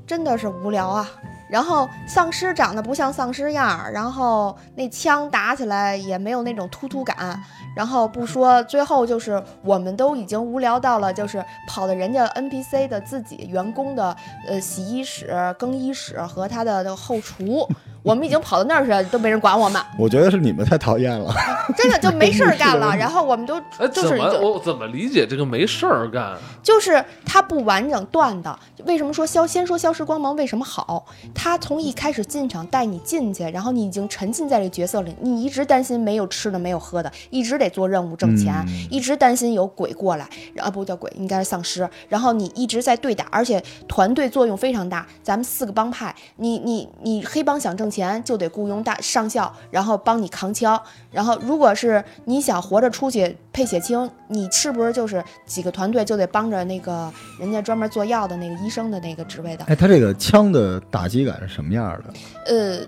[SPEAKER 2] 真的是无聊啊。然后丧尸长得不像丧尸样儿，然后那枪打起来也没有那种突突感，然后不说，最后就是我们都已经无聊到了，就是跑到人家 NPC 的自己员工的呃洗衣室、更衣室和他的那个 后厨，我们已经跑到那儿去了，都没人管我们，
[SPEAKER 3] 我觉得是你们太讨厌了，
[SPEAKER 2] 真的就没事 儿干了。然后我们都
[SPEAKER 1] 哎，
[SPEAKER 2] 就
[SPEAKER 1] 怎
[SPEAKER 2] 是
[SPEAKER 1] 么我怎么理解这个没事儿干？
[SPEAKER 2] 就是它不完整断的。为什么说消？先说消失光芒为什么好？它从一开始进场带你进去，然后你已经沉浸在这角色里，你一直担心没有吃的，没有喝的，一直得做任务挣钱，
[SPEAKER 3] 嗯
[SPEAKER 2] 一直担心有鬼过来，然后不叫鬼，应该是丧尸。然后你一直在对打，而且团队作用非常大。咱们四个帮派，你你你黑帮想挣钱就得雇佣大上校，然后帮你扛枪。然后如果是你想活着出去配血清，你是不是就是几个团队就得帮着那个人家专门做药的那个医生的那个职位的？
[SPEAKER 3] 哎，他这个枪的打击感是什么样的？
[SPEAKER 2] 呃，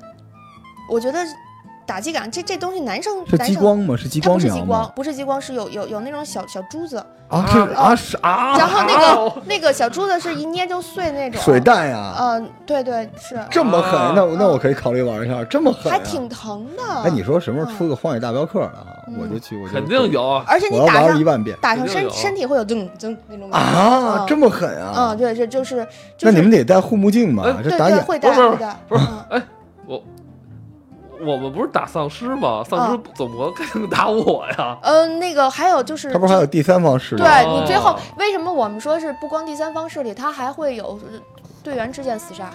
[SPEAKER 2] 我觉得打击感这这东西男生
[SPEAKER 3] 是
[SPEAKER 2] 男
[SPEAKER 3] 激
[SPEAKER 2] 生。
[SPEAKER 3] 光吗？是激
[SPEAKER 2] 它
[SPEAKER 3] 光
[SPEAKER 2] 不是激
[SPEAKER 3] 瞄
[SPEAKER 2] 光
[SPEAKER 3] 吗？，
[SPEAKER 2] 不是激光，是有有有那种小小珠子，
[SPEAKER 3] 啊，这啊是啊，
[SPEAKER 2] 然后那
[SPEAKER 1] 哦
[SPEAKER 2] 个那个小珠子是一捏就碎那种，
[SPEAKER 3] 水弹呀，
[SPEAKER 2] 嗯、对对是，
[SPEAKER 3] 这么狠
[SPEAKER 1] 啊，
[SPEAKER 3] 那我那我可以考虑玩一下，这么狠啊，
[SPEAKER 2] 还挺嗯疼的。
[SPEAKER 3] 哎，你说什么时候出个《荒野大镖客》了啊？我就去，我就
[SPEAKER 1] 肯定，有，啊
[SPEAKER 2] 而且你
[SPEAKER 3] 我要
[SPEAKER 2] 打
[SPEAKER 3] 玩
[SPEAKER 2] 上
[SPEAKER 3] 一万遍
[SPEAKER 2] 打
[SPEAKER 1] 肯
[SPEAKER 2] 上
[SPEAKER 1] 定
[SPEAKER 2] 身
[SPEAKER 1] 有
[SPEAKER 2] 身体会有噔噔那种感觉
[SPEAKER 3] 啊，这么狠
[SPEAKER 2] 嗯
[SPEAKER 3] 啊！
[SPEAKER 2] 嗯对，这就是就
[SPEAKER 3] 那
[SPEAKER 2] 是
[SPEAKER 3] 你们得戴护目镜吧？
[SPEAKER 1] 哎
[SPEAKER 3] 这
[SPEAKER 2] 对
[SPEAKER 3] 打
[SPEAKER 2] 对
[SPEAKER 3] 眼
[SPEAKER 2] 会打
[SPEAKER 1] 不是
[SPEAKER 2] 会打，
[SPEAKER 1] 不是
[SPEAKER 2] 嗯
[SPEAKER 1] 我我们不是打丧尸吗？丧
[SPEAKER 2] 嗯
[SPEAKER 1] 尸怎么可能打我 呀？
[SPEAKER 2] 呃那个还有就是
[SPEAKER 3] 他不是还有第三方视角？
[SPEAKER 2] 对你最后
[SPEAKER 1] 哦
[SPEAKER 2] 为什么我们说是不光第三方势力，它还会有呃队员之间厮杀？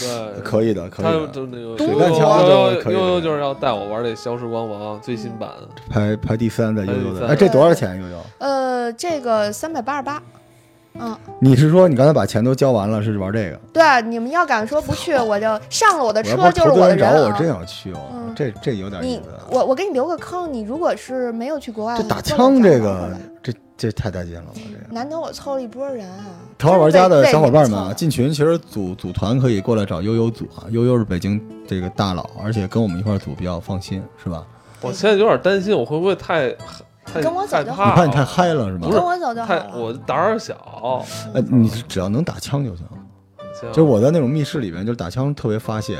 [SPEAKER 1] 对，
[SPEAKER 3] 可以的，可
[SPEAKER 1] 他
[SPEAKER 3] 以啊的，
[SPEAKER 1] 就那个
[SPEAKER 2] 水弹枪
[SPEAKER 1] 悠
[SPEAKER 3] 就
[SPEAKER 1] 悠
[SPEAKER 3] 可以了
[SPEAKER 1] 悠悠就是要带我玩这《消失光芒》最新版，
[SPEAKER 2] 嗯
[SPEAKER 3] 排排第三在悠悠
[SPEAKER 1] 排第
[SPEAKER 3] 的。
[SPEAKER 1] 三
[SPEAKER 3] 哎，这多少钱？悠悠，
[SPEAKER 2] 呃，这个三百八十八，嗯，
[SPEAKER 3] 你是说你刚才把钱都交完了，是玩这个？
[SPEAKER 2] 对，你们要敢说不去，我就上了我的
[SPEAKER 3] 我要
[SPEAKER 2] 哎车
[SPEAKER 3] 不
[SPEAKER 2] 就是我
[SPEAKER 3] 投资
[SPEAKER 2] 的
[SPEAKER 3] 人找我，
[SPEAKER 2] 人
[SPEAKER 3] 我真
[SPEAKER 2] 啊！
[SPEAKER 3] 想去哦
[SPEAKER 2] 嗯。
[SPEAKER 3] 这这有点意
[SPEAKER 2] 你
[SPEAKER 3] 思。啊
[SPEAKER 2] 我我给你留个坑，你如果是没有去国外，
[SPEAKER 3] 这
[SPEAKER 2] 你
[SPEAKER 3] 打
[SPEAKER 2] 过来
[SPEAKER 3] 枪
[SPEAKER 2] 找
[SPEAKER 3] 这
[SPEAKER 2] 我
[SPEAKER 3] 个
[SPEAKER 2] 吧，
[SPEAKER 3] 这这太带劲了吧？这个。
[SPEAKER 2] 难得我凑了一波人啊！
[SPEAKER 3] 桃花玩家的小伙伴们
[SPEAKER 2] 真是被被你凑
[SPEAKER 3] 啊，
[SPEAKER 2] 的
[SPEAKER 3] 进群其实组组团可以过来找悠悠组啊，悠悠是北京这个大佬，而且跟我们一块儿组比较放心，是吧？
[SPEAKER 1] 我现在有点担心，我会不会太太
[SPEAKER 2] 跟我走
[SPEAKER 1] 害
[SPEAKER 2] 就
[SPEAKER 1] 怕
[SPEAKER 2] 好
[SPEAKER 3] 你
[SPEAKER 1] 了？
[SPEAKER 3] 怕你太嗨了是
[SPEAKER 1] 啊
[SPEAKER 3] 吧
[SPEAKER 1] 不？是
[SPEAKER 2] 跟我走就好
[SPEAKER 1] 太
[SPEAKER 2] 了。
[SPEAKER 1] 我胆儿小，
[SPEAKER 3] 呃，你只要能打枪就行。
[SPEAKER 1] 行
[SPEAKER 3] 就是我在那种密室里面，就是打枪特别发泄，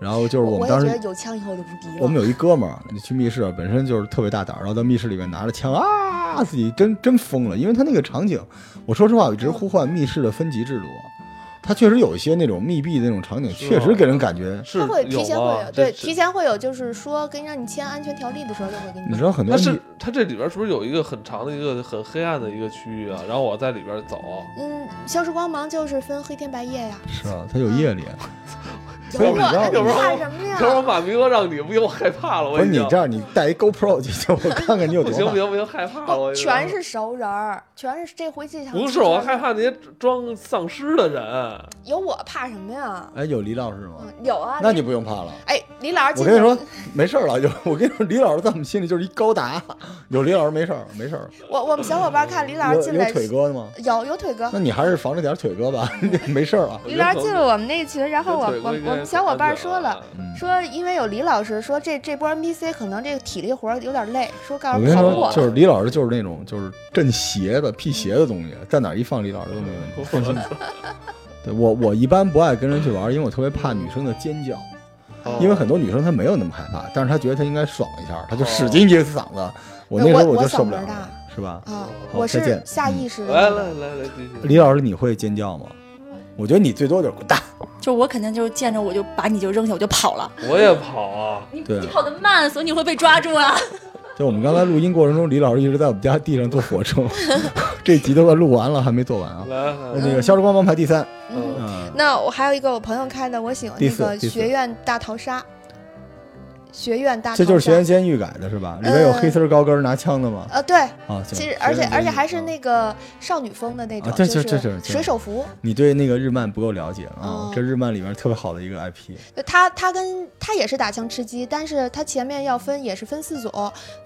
[SPEAKER 3] 然后就是
[SPEAKER 2] 我
[SPEAKER 3] 我们
[SPEAKER 2] 也
[SPEAKER 3] 当
[SPEAKER 2] 觉
[SPEAKER 3] 时
[SPEAKER 2] 得有枪以后就不敌了。
[SPEAKER 3] 我们有一哥们儿，你去密室本身就是特别大胆，然后在密室里面拿着枪啊，自己真真疯了，因为他那个场景，我说实话，我一直呼唤密室的分级制度。啊它确实有一些那种密闭的那种场景，
[SPEAKER 1] 是
[SPEAKER 3] 确实
[SPEAKER 1] 吗
[SPEAKER 3] 给人感觉，
[SPEAKER 1] 是
[SPEAKER 2] 他会提前会
[SPEAKER 1] 有
[SPEAKER 2] 有，
[SPEAKER 1] 啊，这
[SPEAKER 2] 对，提前会有，就是说跟让你签安全条例的时候就会给
[SPEAKER 3] 你
[SPEAKER 2] 你
[SPEAKER 3] 知。道很多
[SPEAKER 1] 它
[SPEAKER 3] 密
[SPEAKER 1] 是它这里边是不是有一个很长的一个很黑暗的一个区域啊？然后我在里边走，
[SPEAKER 2] 嗯，消失光芒就是分黑天白夜呀，
[SPEAKER 3] 是啊，它有夜里，所以
[SPEAKER 2] 有
[SPEAKER 3] 你知道
[SPEAKER 2] 我
[SPEAKER 1] 有时候
[SPEAKER 2] 看什么呀？
[SPEAKER 1] 可是我马明哥让你，不行，我害怕了。
[SPEAKER 3] 不
[SPEAKER 1] 我
[SPEAKER 3] 是
[SPEAKER 1] 已
[SPEAKER 3] 你
[SPEAKER 1] 经
[SPEAKER 3] 这样，你带一 GoPro 进去，我看看你有
[SPEAKER 1] 不
[SPEAKER 3] 多
[SPEAKER 1] 行不
[SPEAKER 3] 大。
[SPEAKER 1] 行不行，害怕了。我已经
[SPEAKER 2] 全是熟人儿，全是这回这场
[SPEAKER 1] 不是
[SPEAKER 2] 全
[SPEAKER 1] 我害怕那些装丧尸的人，
[SPEAKER 2] 有我怕什么呀？
[SPEAKER 3] 哎，有李老师吗？
[SPEAKER 2] 嗯，有啊。
[SPEAKER 3] 那
[SPEAKER 2] 李
[SPEAKER 3] 你不用怕了。
[SPEAKER 2] 哎，李老师，
[SPEAKER 3] 我跟你说，，没事儿了。有我跟你说，李老师在我们心里就是一高达。有李老师没事儿，没事儿。
[SPEAKER 2] 我我们小伙伴看李老师
[SPEAKER 3] 有
[SPEAKER 2] 进
[SPEAKER 3] 有
[SPEAKER 2] 来，
[SPEAKER 3] 腿哥吗？
[SPEAKER 2] 有有腿哥
[SPEAKER 3] 那，你还是防着点腿哥吧， 没事儿了。
[SPEAKER 2] 李老师进了我们那群，然后我
[SPEAKER 1] 腿
[SPEAKER 2] 我
[SPEAKER 1] 不应该
[SPEAKER 2] 我们小伙伴说了。
[SPEAKER 3] 嗯，
[SPEAKER 2] 说，因为有李老师说这这波 NPC 可能这个体力活儿有点累，说告
[SPEAKER 3] 我
[SPEAKER 2] 诉
[SPEAKER 3] 跟你
[SPEAKER 2] 跑不
[SPEAKER 3] 说
[SPEAKER 2] 过，，
[SPEAKER 3] 就是李老师就是那种就是镇邪的、辟邪的东西，在哪儿一放李老师都没问题，放心。对我我一般不爱跟人去玩，因为我特别怕女生的尖叫，
[SPEAKER 1] 哦
[SPEAKER 3] 因为很多女生她没有那么害怕，但是她觉得她应该爽一下，她就使劲一个嗓子，我那时候
[SPEAKER 2] 我
[SPEAKER 3] 就
[SPEAKER 2] 我
[SPEAKER 3] 受不了
[SPEAKER 2] 嗓门
[SPEAKER 3] 了，是吧？
[SPEAKER 2] 啊，
[SPEAKER 1] 好
[SPEAKER 2] 我
[SPEAKER 3] 再
[SPEAKER 2] 是
[SPEAKER 3] 见嗯
[SPEAKER 2] 下意识的。
[SPEAKER 1] 来来来来，继续。
[SPEAKER 3] 李老师，你会尖叫吗？我觉得你最多就是滚蛋。
[SPEAKER 4] 就我肯定就是见着我就把你就扔下我就跑了，
[SPEAKER 1] 我也跑啊，
[SPEAKER 4] 你
[SPEAKER 3] 对
[SPEAKER 4] 你跑得慢，所以你会被抓住啊。
[SPEAKER 3] 就我们刚才录音过程中，李老师一直在我们家地上做俯卧撑， 这集都快录完了，还没做完 啊。
[SPEAKER 1] 来来来，
[SPEAKER 3] 那个《消失光芒》排第三，
[SPEAKER 1] 嗯
[SPEAKER 3] 嗯，
[SPEAKER 2] 那我还有一个我朋友看的，我喜欢
[SPEAKER 3] 第
[SPEAKER 2] 那
[SPEAKER 3] 四
[SPEAKER 2] 个
[SPEAKER 3] 第
[SPEAKER 2] 《
[SPEAKER 3] 四
[SPEAKER 2] 学院大逃杀》。学院大逃杀，
[SPEAKER 3] 这就是学员监狱改的是吧？里面有黑丝高跟儿拿枪的吗？
[SPEAKER 2] 呃，对，
[SPEAKER 3] 啊，行
[SPEAKER 2] 其实
[SPEAKER 3] 学
[SPEAKER 2] 而且
[SPEAKER 3] 员监
[SPEAKER 2] 而且
[SPEAKER 3] 狱
[SPEAKER 2] 还是
[SPEAKER 3] 嗯
[SPEAKER 2] 那个少女风的那种，
[SPEAKER 3] 啊对
[SPEAKER 2] 就
[SPEAKER 3] 这这这
[SPEAKER 2] 水手服。
[SPEAKER 3] 你对那个日漫不够了解啊
[SPEAKER 2] 哦，
[SPEAKER 3] 这日漫里面特别好的一个 IP，
[SPEAKER 2] 就呃他他跟他也是打枪吃鸡，但是他前面要分也是分四组，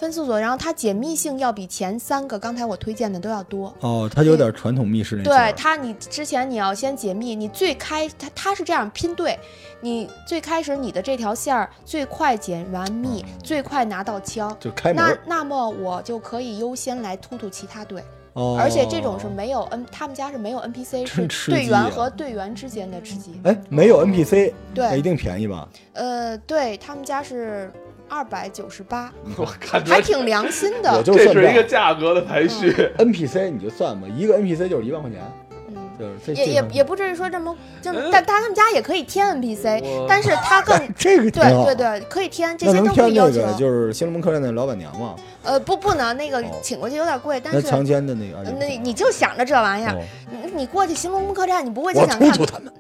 [SPEAKER 2] 分四组，然后他解密性要比前三个刚才我推荐的都要多。
[SPEAKER 3] 哦，它有点传统密室那劲
[SPEAKER 2] 对
[SPEAKER 3] 儿，
[SPEAKER 2] 他，你之前你要先解密，你最开他他是这样拼对，你最开始你的这条线儿最快解完密，
[SPEAKER 3] 嗯
[SPEAKER 2] 最快拿到枪。
[SPEAKER 3] 就开门
[SPEAKER 2] 那
[SPEAKER 3] 哎儿
[SPEAKER 2] 那么我就可以优先来突突其他队，
[SPEAKER 3] 哦，
[SPEAKER 2] 而且这种是没有 N，他们家是没有 NPC，
[SPEAKER 3] 真
[SPEAKER 2] 是
[SPEAKER 3] 吃
[SPEAKER 2] 队
[SPEAKER 3] 鸡
[SPEAKER 2] 员
[SPEAKER 3] 啊
[SPEAKER 2] 和队员之间的吃鸡。
[SPEAKER 3] 哎没有 NPC，
[SPEAKER 2] 嗯对
[SPEAKER 3] 哎那一定便宜吧？
[SPEAKER 2] 呃，对他们家是二百九十八，
[SPEAKER 1] 我感觉
[SPEAKER 2] 还挺嗯良心
[SPEAKER 3] 我
[SPEAKER 2] 的。
[SPEAKER 3] 嗯就
[SPEAKER 1] 这
[SPEAKER 3] 算
[SPEAKER 1] 是一个
[SPEAKER 3] 账
[SPEAKER 1] 价格的排序。
[SPEAKER 3] NPC 你就算吧，一个 NPC 就是一万块钱，
[SPEAKER 2] 嗯，
[SPEAKER 3] 就是这
[SPEAKER 2] 也
[SPEAKER 3] 这
[SPEAKER 2] 也
[SPEAKER 3] 算
[SPEAKER 2] 也不至于说这么这么
[SPEAKER 1] 嗯，
[SPEAKER 2] 但他们家也可以添 NPC，
[SPEAKER 1] 我
[SPEAKER 2] 但是他 更
[SPEAKER 3] 这个挺
[SPEAKER 2] 对
[SPEAKER 3] 好
[SPEAKER 2] 对对，可以添，这
[SPEAKER 3] 那
[SPEAKER 2] 些
[SPEAKER 3] 能
[SPEAKER 2] 都可
[SPEAKER 3] 挑
[SPEAKER 2] 以要
[SPEAKER 3] 那
[SPEAKER 2] 求。啊
[SPEAKER 3] 个就是《新龙门客栈》的老板娘吗？
[SPEAKER 2] 呃，不不能那个
[SPEAKER 3] 哦
[SPEAKER 2] 请过去有点贵，但
[SPEAKER 3] 那
[SPEAKER 2] 是
[SPEAKER 3] 强奸的那个，啊
[SPEAKER 2] 呃那你就想着这玩意儿，
[SPEAKER 3] 哦
[SPEAKER 2] 你你过去《新龙门客栈》，你不会就
[SPEAKER 3] 我
[SPEAKER 2] 想
[SPEAKER 3] 突
[SPEAKER 2] 看
[SPEAKER 3] 突他们，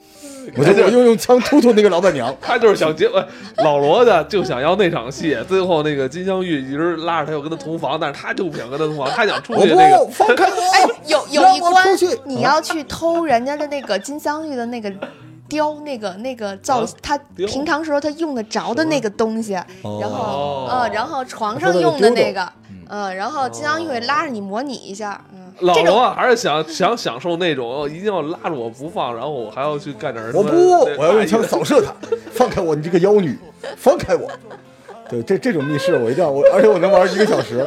[SPEAKER 3] 我就
[SPEAKER 1] 嗯
[SPEAKER 3] 我就用枪突突那个老板娘。
[SPEAKER 1] 他就是想结，哎老罗的就想要那场戏，最后那个金镶玉一直拉着他要跟他同房，但是他就不想跟他同房，他想出
[SPEAKER 3] 我
[SPEAKER 1] 去那
[SPEAKER 3] 不
[SPEAKER 1] 个。
[SPEAKER 3] 放开
[SPEAKER 2] 哎
[SPEAKER 3] 我，，
[SPEAKER 2] 有有
[SPEAKER 3] 让
[SPEAKER 2] 一
[SPEAKER 3] 我
[SPEAKER 2] 关
[SPEAKER 3] 出去，
[SPEAKER 2] 你
[SPEAKER 3] 啊
[SPEAKER 2] 要去偷人家的那个金镶玉的那个雕，那个那个造
[SPEAKER 1] 啊，
[SPEAKER 2] 他
[SPEAKER 1] 雕
[SPEAKER 2] 平常时候他用得着的那个东西，然后
[SPEAKER 1] 哦
[SPEAKER 2] 呃，然后床
[SPEAKER 3] 他
[SPEAKER 2] 上
[SPEAKER 3] 说的
[SPEAKER 2] 用的
[SPEAKER 3] 丢丢
[SPEAKER 2] 那个，嗯，然后金镶玉会拉着你模拟一下，嗯，
[SPEAKER 1] 老
[SPEAKER 2] 这
[SPEAKER 1] 罗
[SPEAKER 2] 种
[SPEAKER 1] 啊还是想想享受那种哦一定要拉着我不放，然后我还要去干点什么。
[SPEAKER 3] 我不，我要用枪扫射他，放开我，你这个妖女，放开我。对，这这种密室我一定要，我而且我能玩一个小时，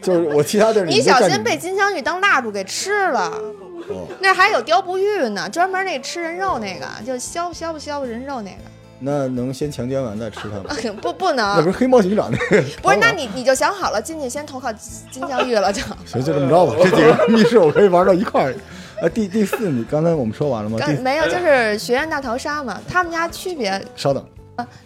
[SPEAKER 3] 就是我其他的人
[SPEAKER 2] 你
[SPEAKER 3] 就
[SPEAKER 2] 小
[SPEAKER 3] 站
[SPEAKER 2] 心
[SPEAKER 3] 着
[SPEAKER 2] 被金镶玉当蜡烛给吃了。
[SPEAKER 3] 哦，
[SPEAKER 2] 那还有雕不玉呢，专门那吃人肉那个，就削削不削不人肉那个，
[SPEAKER 3] 那能先强奸完再吃他吗？
[SPEAKER 2] 不不
[SPEAKER 3] 那不
[SPEAKER 2] 能，
[SPEAKER 3] 是黑猫警长那个？
[SPEAKER 2] 啊不 是，那你你就想好了，进去先投靠金金镶玉了就。
[SPEAKER 3] 行，就这么着吧，这几个密室我可以玩到一块儿。啊，第第四，你刚才我们说完了吗？
[SPEAKER 2] 刚
[SPEAKER 3] 第呃
[SPEAKER 2] 没有，就是学院大逃杀嘛，他们家区别
[SPEAKER 3] 稍等，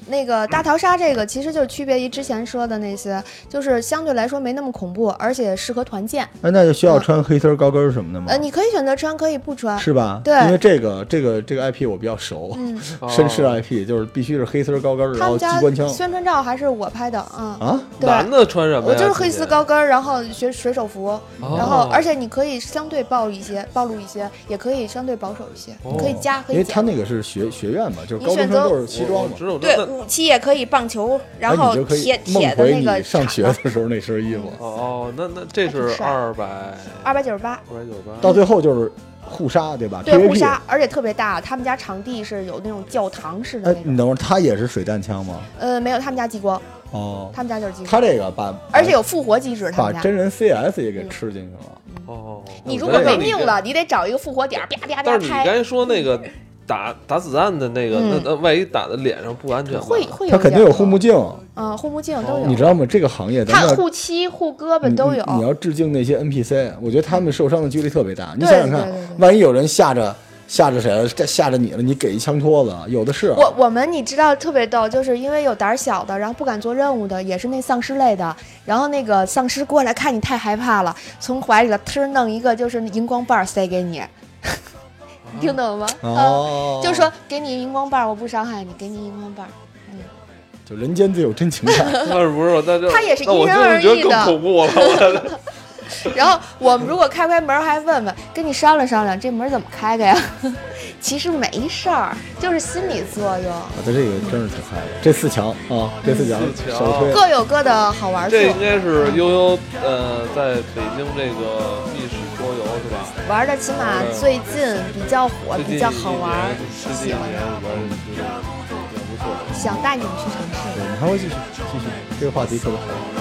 [SPEAKER 2] 那个大逃杀这个其实就是区别于之前说的那些，就是相对来说没那么恐怖，而且适合团建。
[SPEAKER 3] 哎，那就
[SPEAKER 2] 啊
[SPEAKER 3] 需要穿黑丝高跟儿什么的吗？
[SPEAKER 2] 呃，你可以选择穿，可以不穿。
[SPEAKER 3] 是吧？
[SPEAKER 2] 啊对
[SPEAKER 3] 因为这个这个这个 IP 我比较熟，
[SPEAKER 2] 嗯，
[SPEAKER 1] 啊哦
[SPEAKER 3] 绅士 IP 就是必须是黑丝高跟儿，然
[SPEAKER 2] 他
[SPEAKER 3] 后
[SPEAKER 2] 们
[SPEAKER 3] 机
[SPEAKER 2] 家
[SPEAKER 3] 关枪
[SPEAKER 2] 宣传照还是我拍的，嗯，
[SPEAKER 3] 啊。
[SPEAKER 2] 对
[SPEAKER 1] 男。的穿什么
[SPEAKER 2] 我
[SPEAKER 1] 呀？啊
[SPEAKER 2] 就是黑丝
[SPEAKER 1] 今
[SPEAKER 2] 高跟儿，然后学水手服，
[SPEAKER 3] 哦
[SPEAKER 1] 天，
[SPEAKER 2] 然后而
[SPEAKER 1] 且
[SPEAKER 2] 且你可以相对暴露一些，暴露一些，也可以相对保守一些，
[SPEAKER 1] 哦
[SPEAKER 2] 可以加，可以
[SPEAKER 3] 因为他
[SPEAKER 2] 减。
[SPEAKER 3] 那个是学学院嘛，就是
[SPEAKER 2] 你
[SPEAKER 3] 高中
[SPEAKER 2] 选
[SPEAKER 3] 生
[SPEAKER 2] 择
[SPEAKER 3] 都是西装嘛，
[SPEAKER 1] 知道
[SPEAKER 4] 对，武器也可以，棒球，
[SPEAKER 3] 哎
[SPEAKER 4] 然后
[SPEAKER 3] 你就可以
[SPEAKER 4] 铁
[SPEAKER 3] 梦
[SPEAKER 4] 铁的
[SPEAKER 3] 回
[SPEAKER 4] 那个
[SPEAKER 3] 你上学
[SPEAKER 4] 铲子。
[SPEAKER 3] 的时候那身衣服。
[SPEAKER 1] 哦，那那这
[SPEAKER 2] 还挺
[SPEAKER 1] 是
[SPEAKER 2] 帅
[SPEAKER 1] 二百二
[SPEAKER 2] 二百九十八，
[SPEAKER 1] 百九十八，
[SPEAKER 3] 到最后就是互杀，对吧？
[SPEAKER 2] 对
[SPEAKER 3] PVP
[SPEAKER 2] 互杀，而且特别大。他们家场地是有那种教堂式的
[SPEAKER 3] 哎
[SPEAKER 2] 那，
[SPEAKER 3] 你
[SPEAKER 2] 种，
[SPEAKER 3] 等会儿，他也是水弹枪吗？
[SPEAKER 2] 呃，没有，他们家激光，
[SPEAKER 3] 哦，
[SPEAKER 2] 他们家就是激光，
[SPEAKER 3] 他这个把
[SPEAKER 2] 而且有复活机制。他
[SPEAKER 3] 把
[SPEAKER 2] 们家，
[SPEAKER 3] 真人 CS 也给吃进去了。
[SPEAKER 1] 哦，
[SPEAKER 2] 你如
[SPEAKER 1] 我
[SPEAKER 2] 果
[SPEAKER 1] 觉得
[SPEAKER 2] 没
[SPEAKER 1] 你
[SPEAKER 2] 命
[SPEAKER 1] 这
[SPEAKER 2] 了，你得找一个复活点儿，啪啪啪
[SPEAKER 1] 但是你刚
[SPEAKER 2] 拍，
[SPEAKER 1] 才说那个打打子弹的那个，那
[SPEAKER 2] 嗯
[SPEAKER 1] 那万一打在脸上不安全吧？
[SPEAKER 2] 会会有
[SPEAKER 3] 他
[SPEAKER 2] 一
[SPEAKER 3] 肯定
[SPEAKER 2] 点
[SPEAKER 3] 有
[SPEAKER 2] 儿
[SPEAKER 3] 护目镜，
[SPEAKER 2] 嗯，护目镜都
[SPEAKER 1] 哦
[SPEAKER 2] 有，
[SPEAKER 3] 你知道吗？这个行业咱
[SPEAKER 2] 他
[SPEAKER 3] 们要
[SPEAKER 2] 护膝、护胳
[SPEAKER 3] 你
[SPEAKER 2] 膊都有
[SPEAKER 3] 你。你要致敬那些 NPC，我觉得他们受伤的几率特别大。你
[SPEAKER 2] 对
[SPEAKER 3] 想想看
[SPEAKER 2] 对对，对
[SPEAKER 3] 万一有人吓着吓着谁了，吓吓着你了，你给一枪托子，有的是。啊
[SPEAKER 2] 我我们你知道特别逗，就是因为有胆儿小的，然后不敢做任务的，也是那丧尸类的。然后那个丧尸过来看你太害怕了，从怀里了呲儿弄一个就是荧光棒儿塞给你， 你听懂了吗？
[SPEAKER 3] 哦
[SPEAKER 2] 嗯，就说给你荧光棒儿，我不伤害你，给你荧光棒儿。
[SPEAKER 3] 就人间自有真 情在。
[SPEAKER 1] 那是不是？那就
[SPEAKER 2] 它也是
[SPEAKER 1] 那我
[SPEAKER 2] 因人
[SPEAKER 1] 就
[SPEAKER 2] 而
[SPEAKER 1] 是觉得
[SPEAKER 2] 异
[SPEAKER 1] 更
[SPEAKER 2] 的
[SPEAKER 1] 恐怖了。 我
[SPEAKER 2] 然后我们如果开开门，还问问，跟你商量商量，这门怎么开开呀？ 其实没事儿，就是心理作用，
[SPEAKER 3] 我的这个真是挺嗨的，这四强啊，这四强
[SPEAKER 1] 四强
[SPEAKER 3] 首推
[SPEAKER 2] 各有各的好玩处
[SPEAKER 1] 这，应该是悠悠呃，在北京这个历史桌游是吧？
[SPEAKER 2] 玩的起码最近比较火，
[SPEAKER 1] 嗯最近
[SPEAKER 2] 啊比较好玩
[SPEAKER 1] 一年，最近
[SPEAKER 2] 喜
[SPEAKER 1] 一
[SPEAKER 2] 欢
[SPEAKER 1] 年我玩的就是也不错。
[SPEAKER 2] 想带你们去尝试。
[SPEAKER 3] 对，你还会继续继续，这个话题特别好。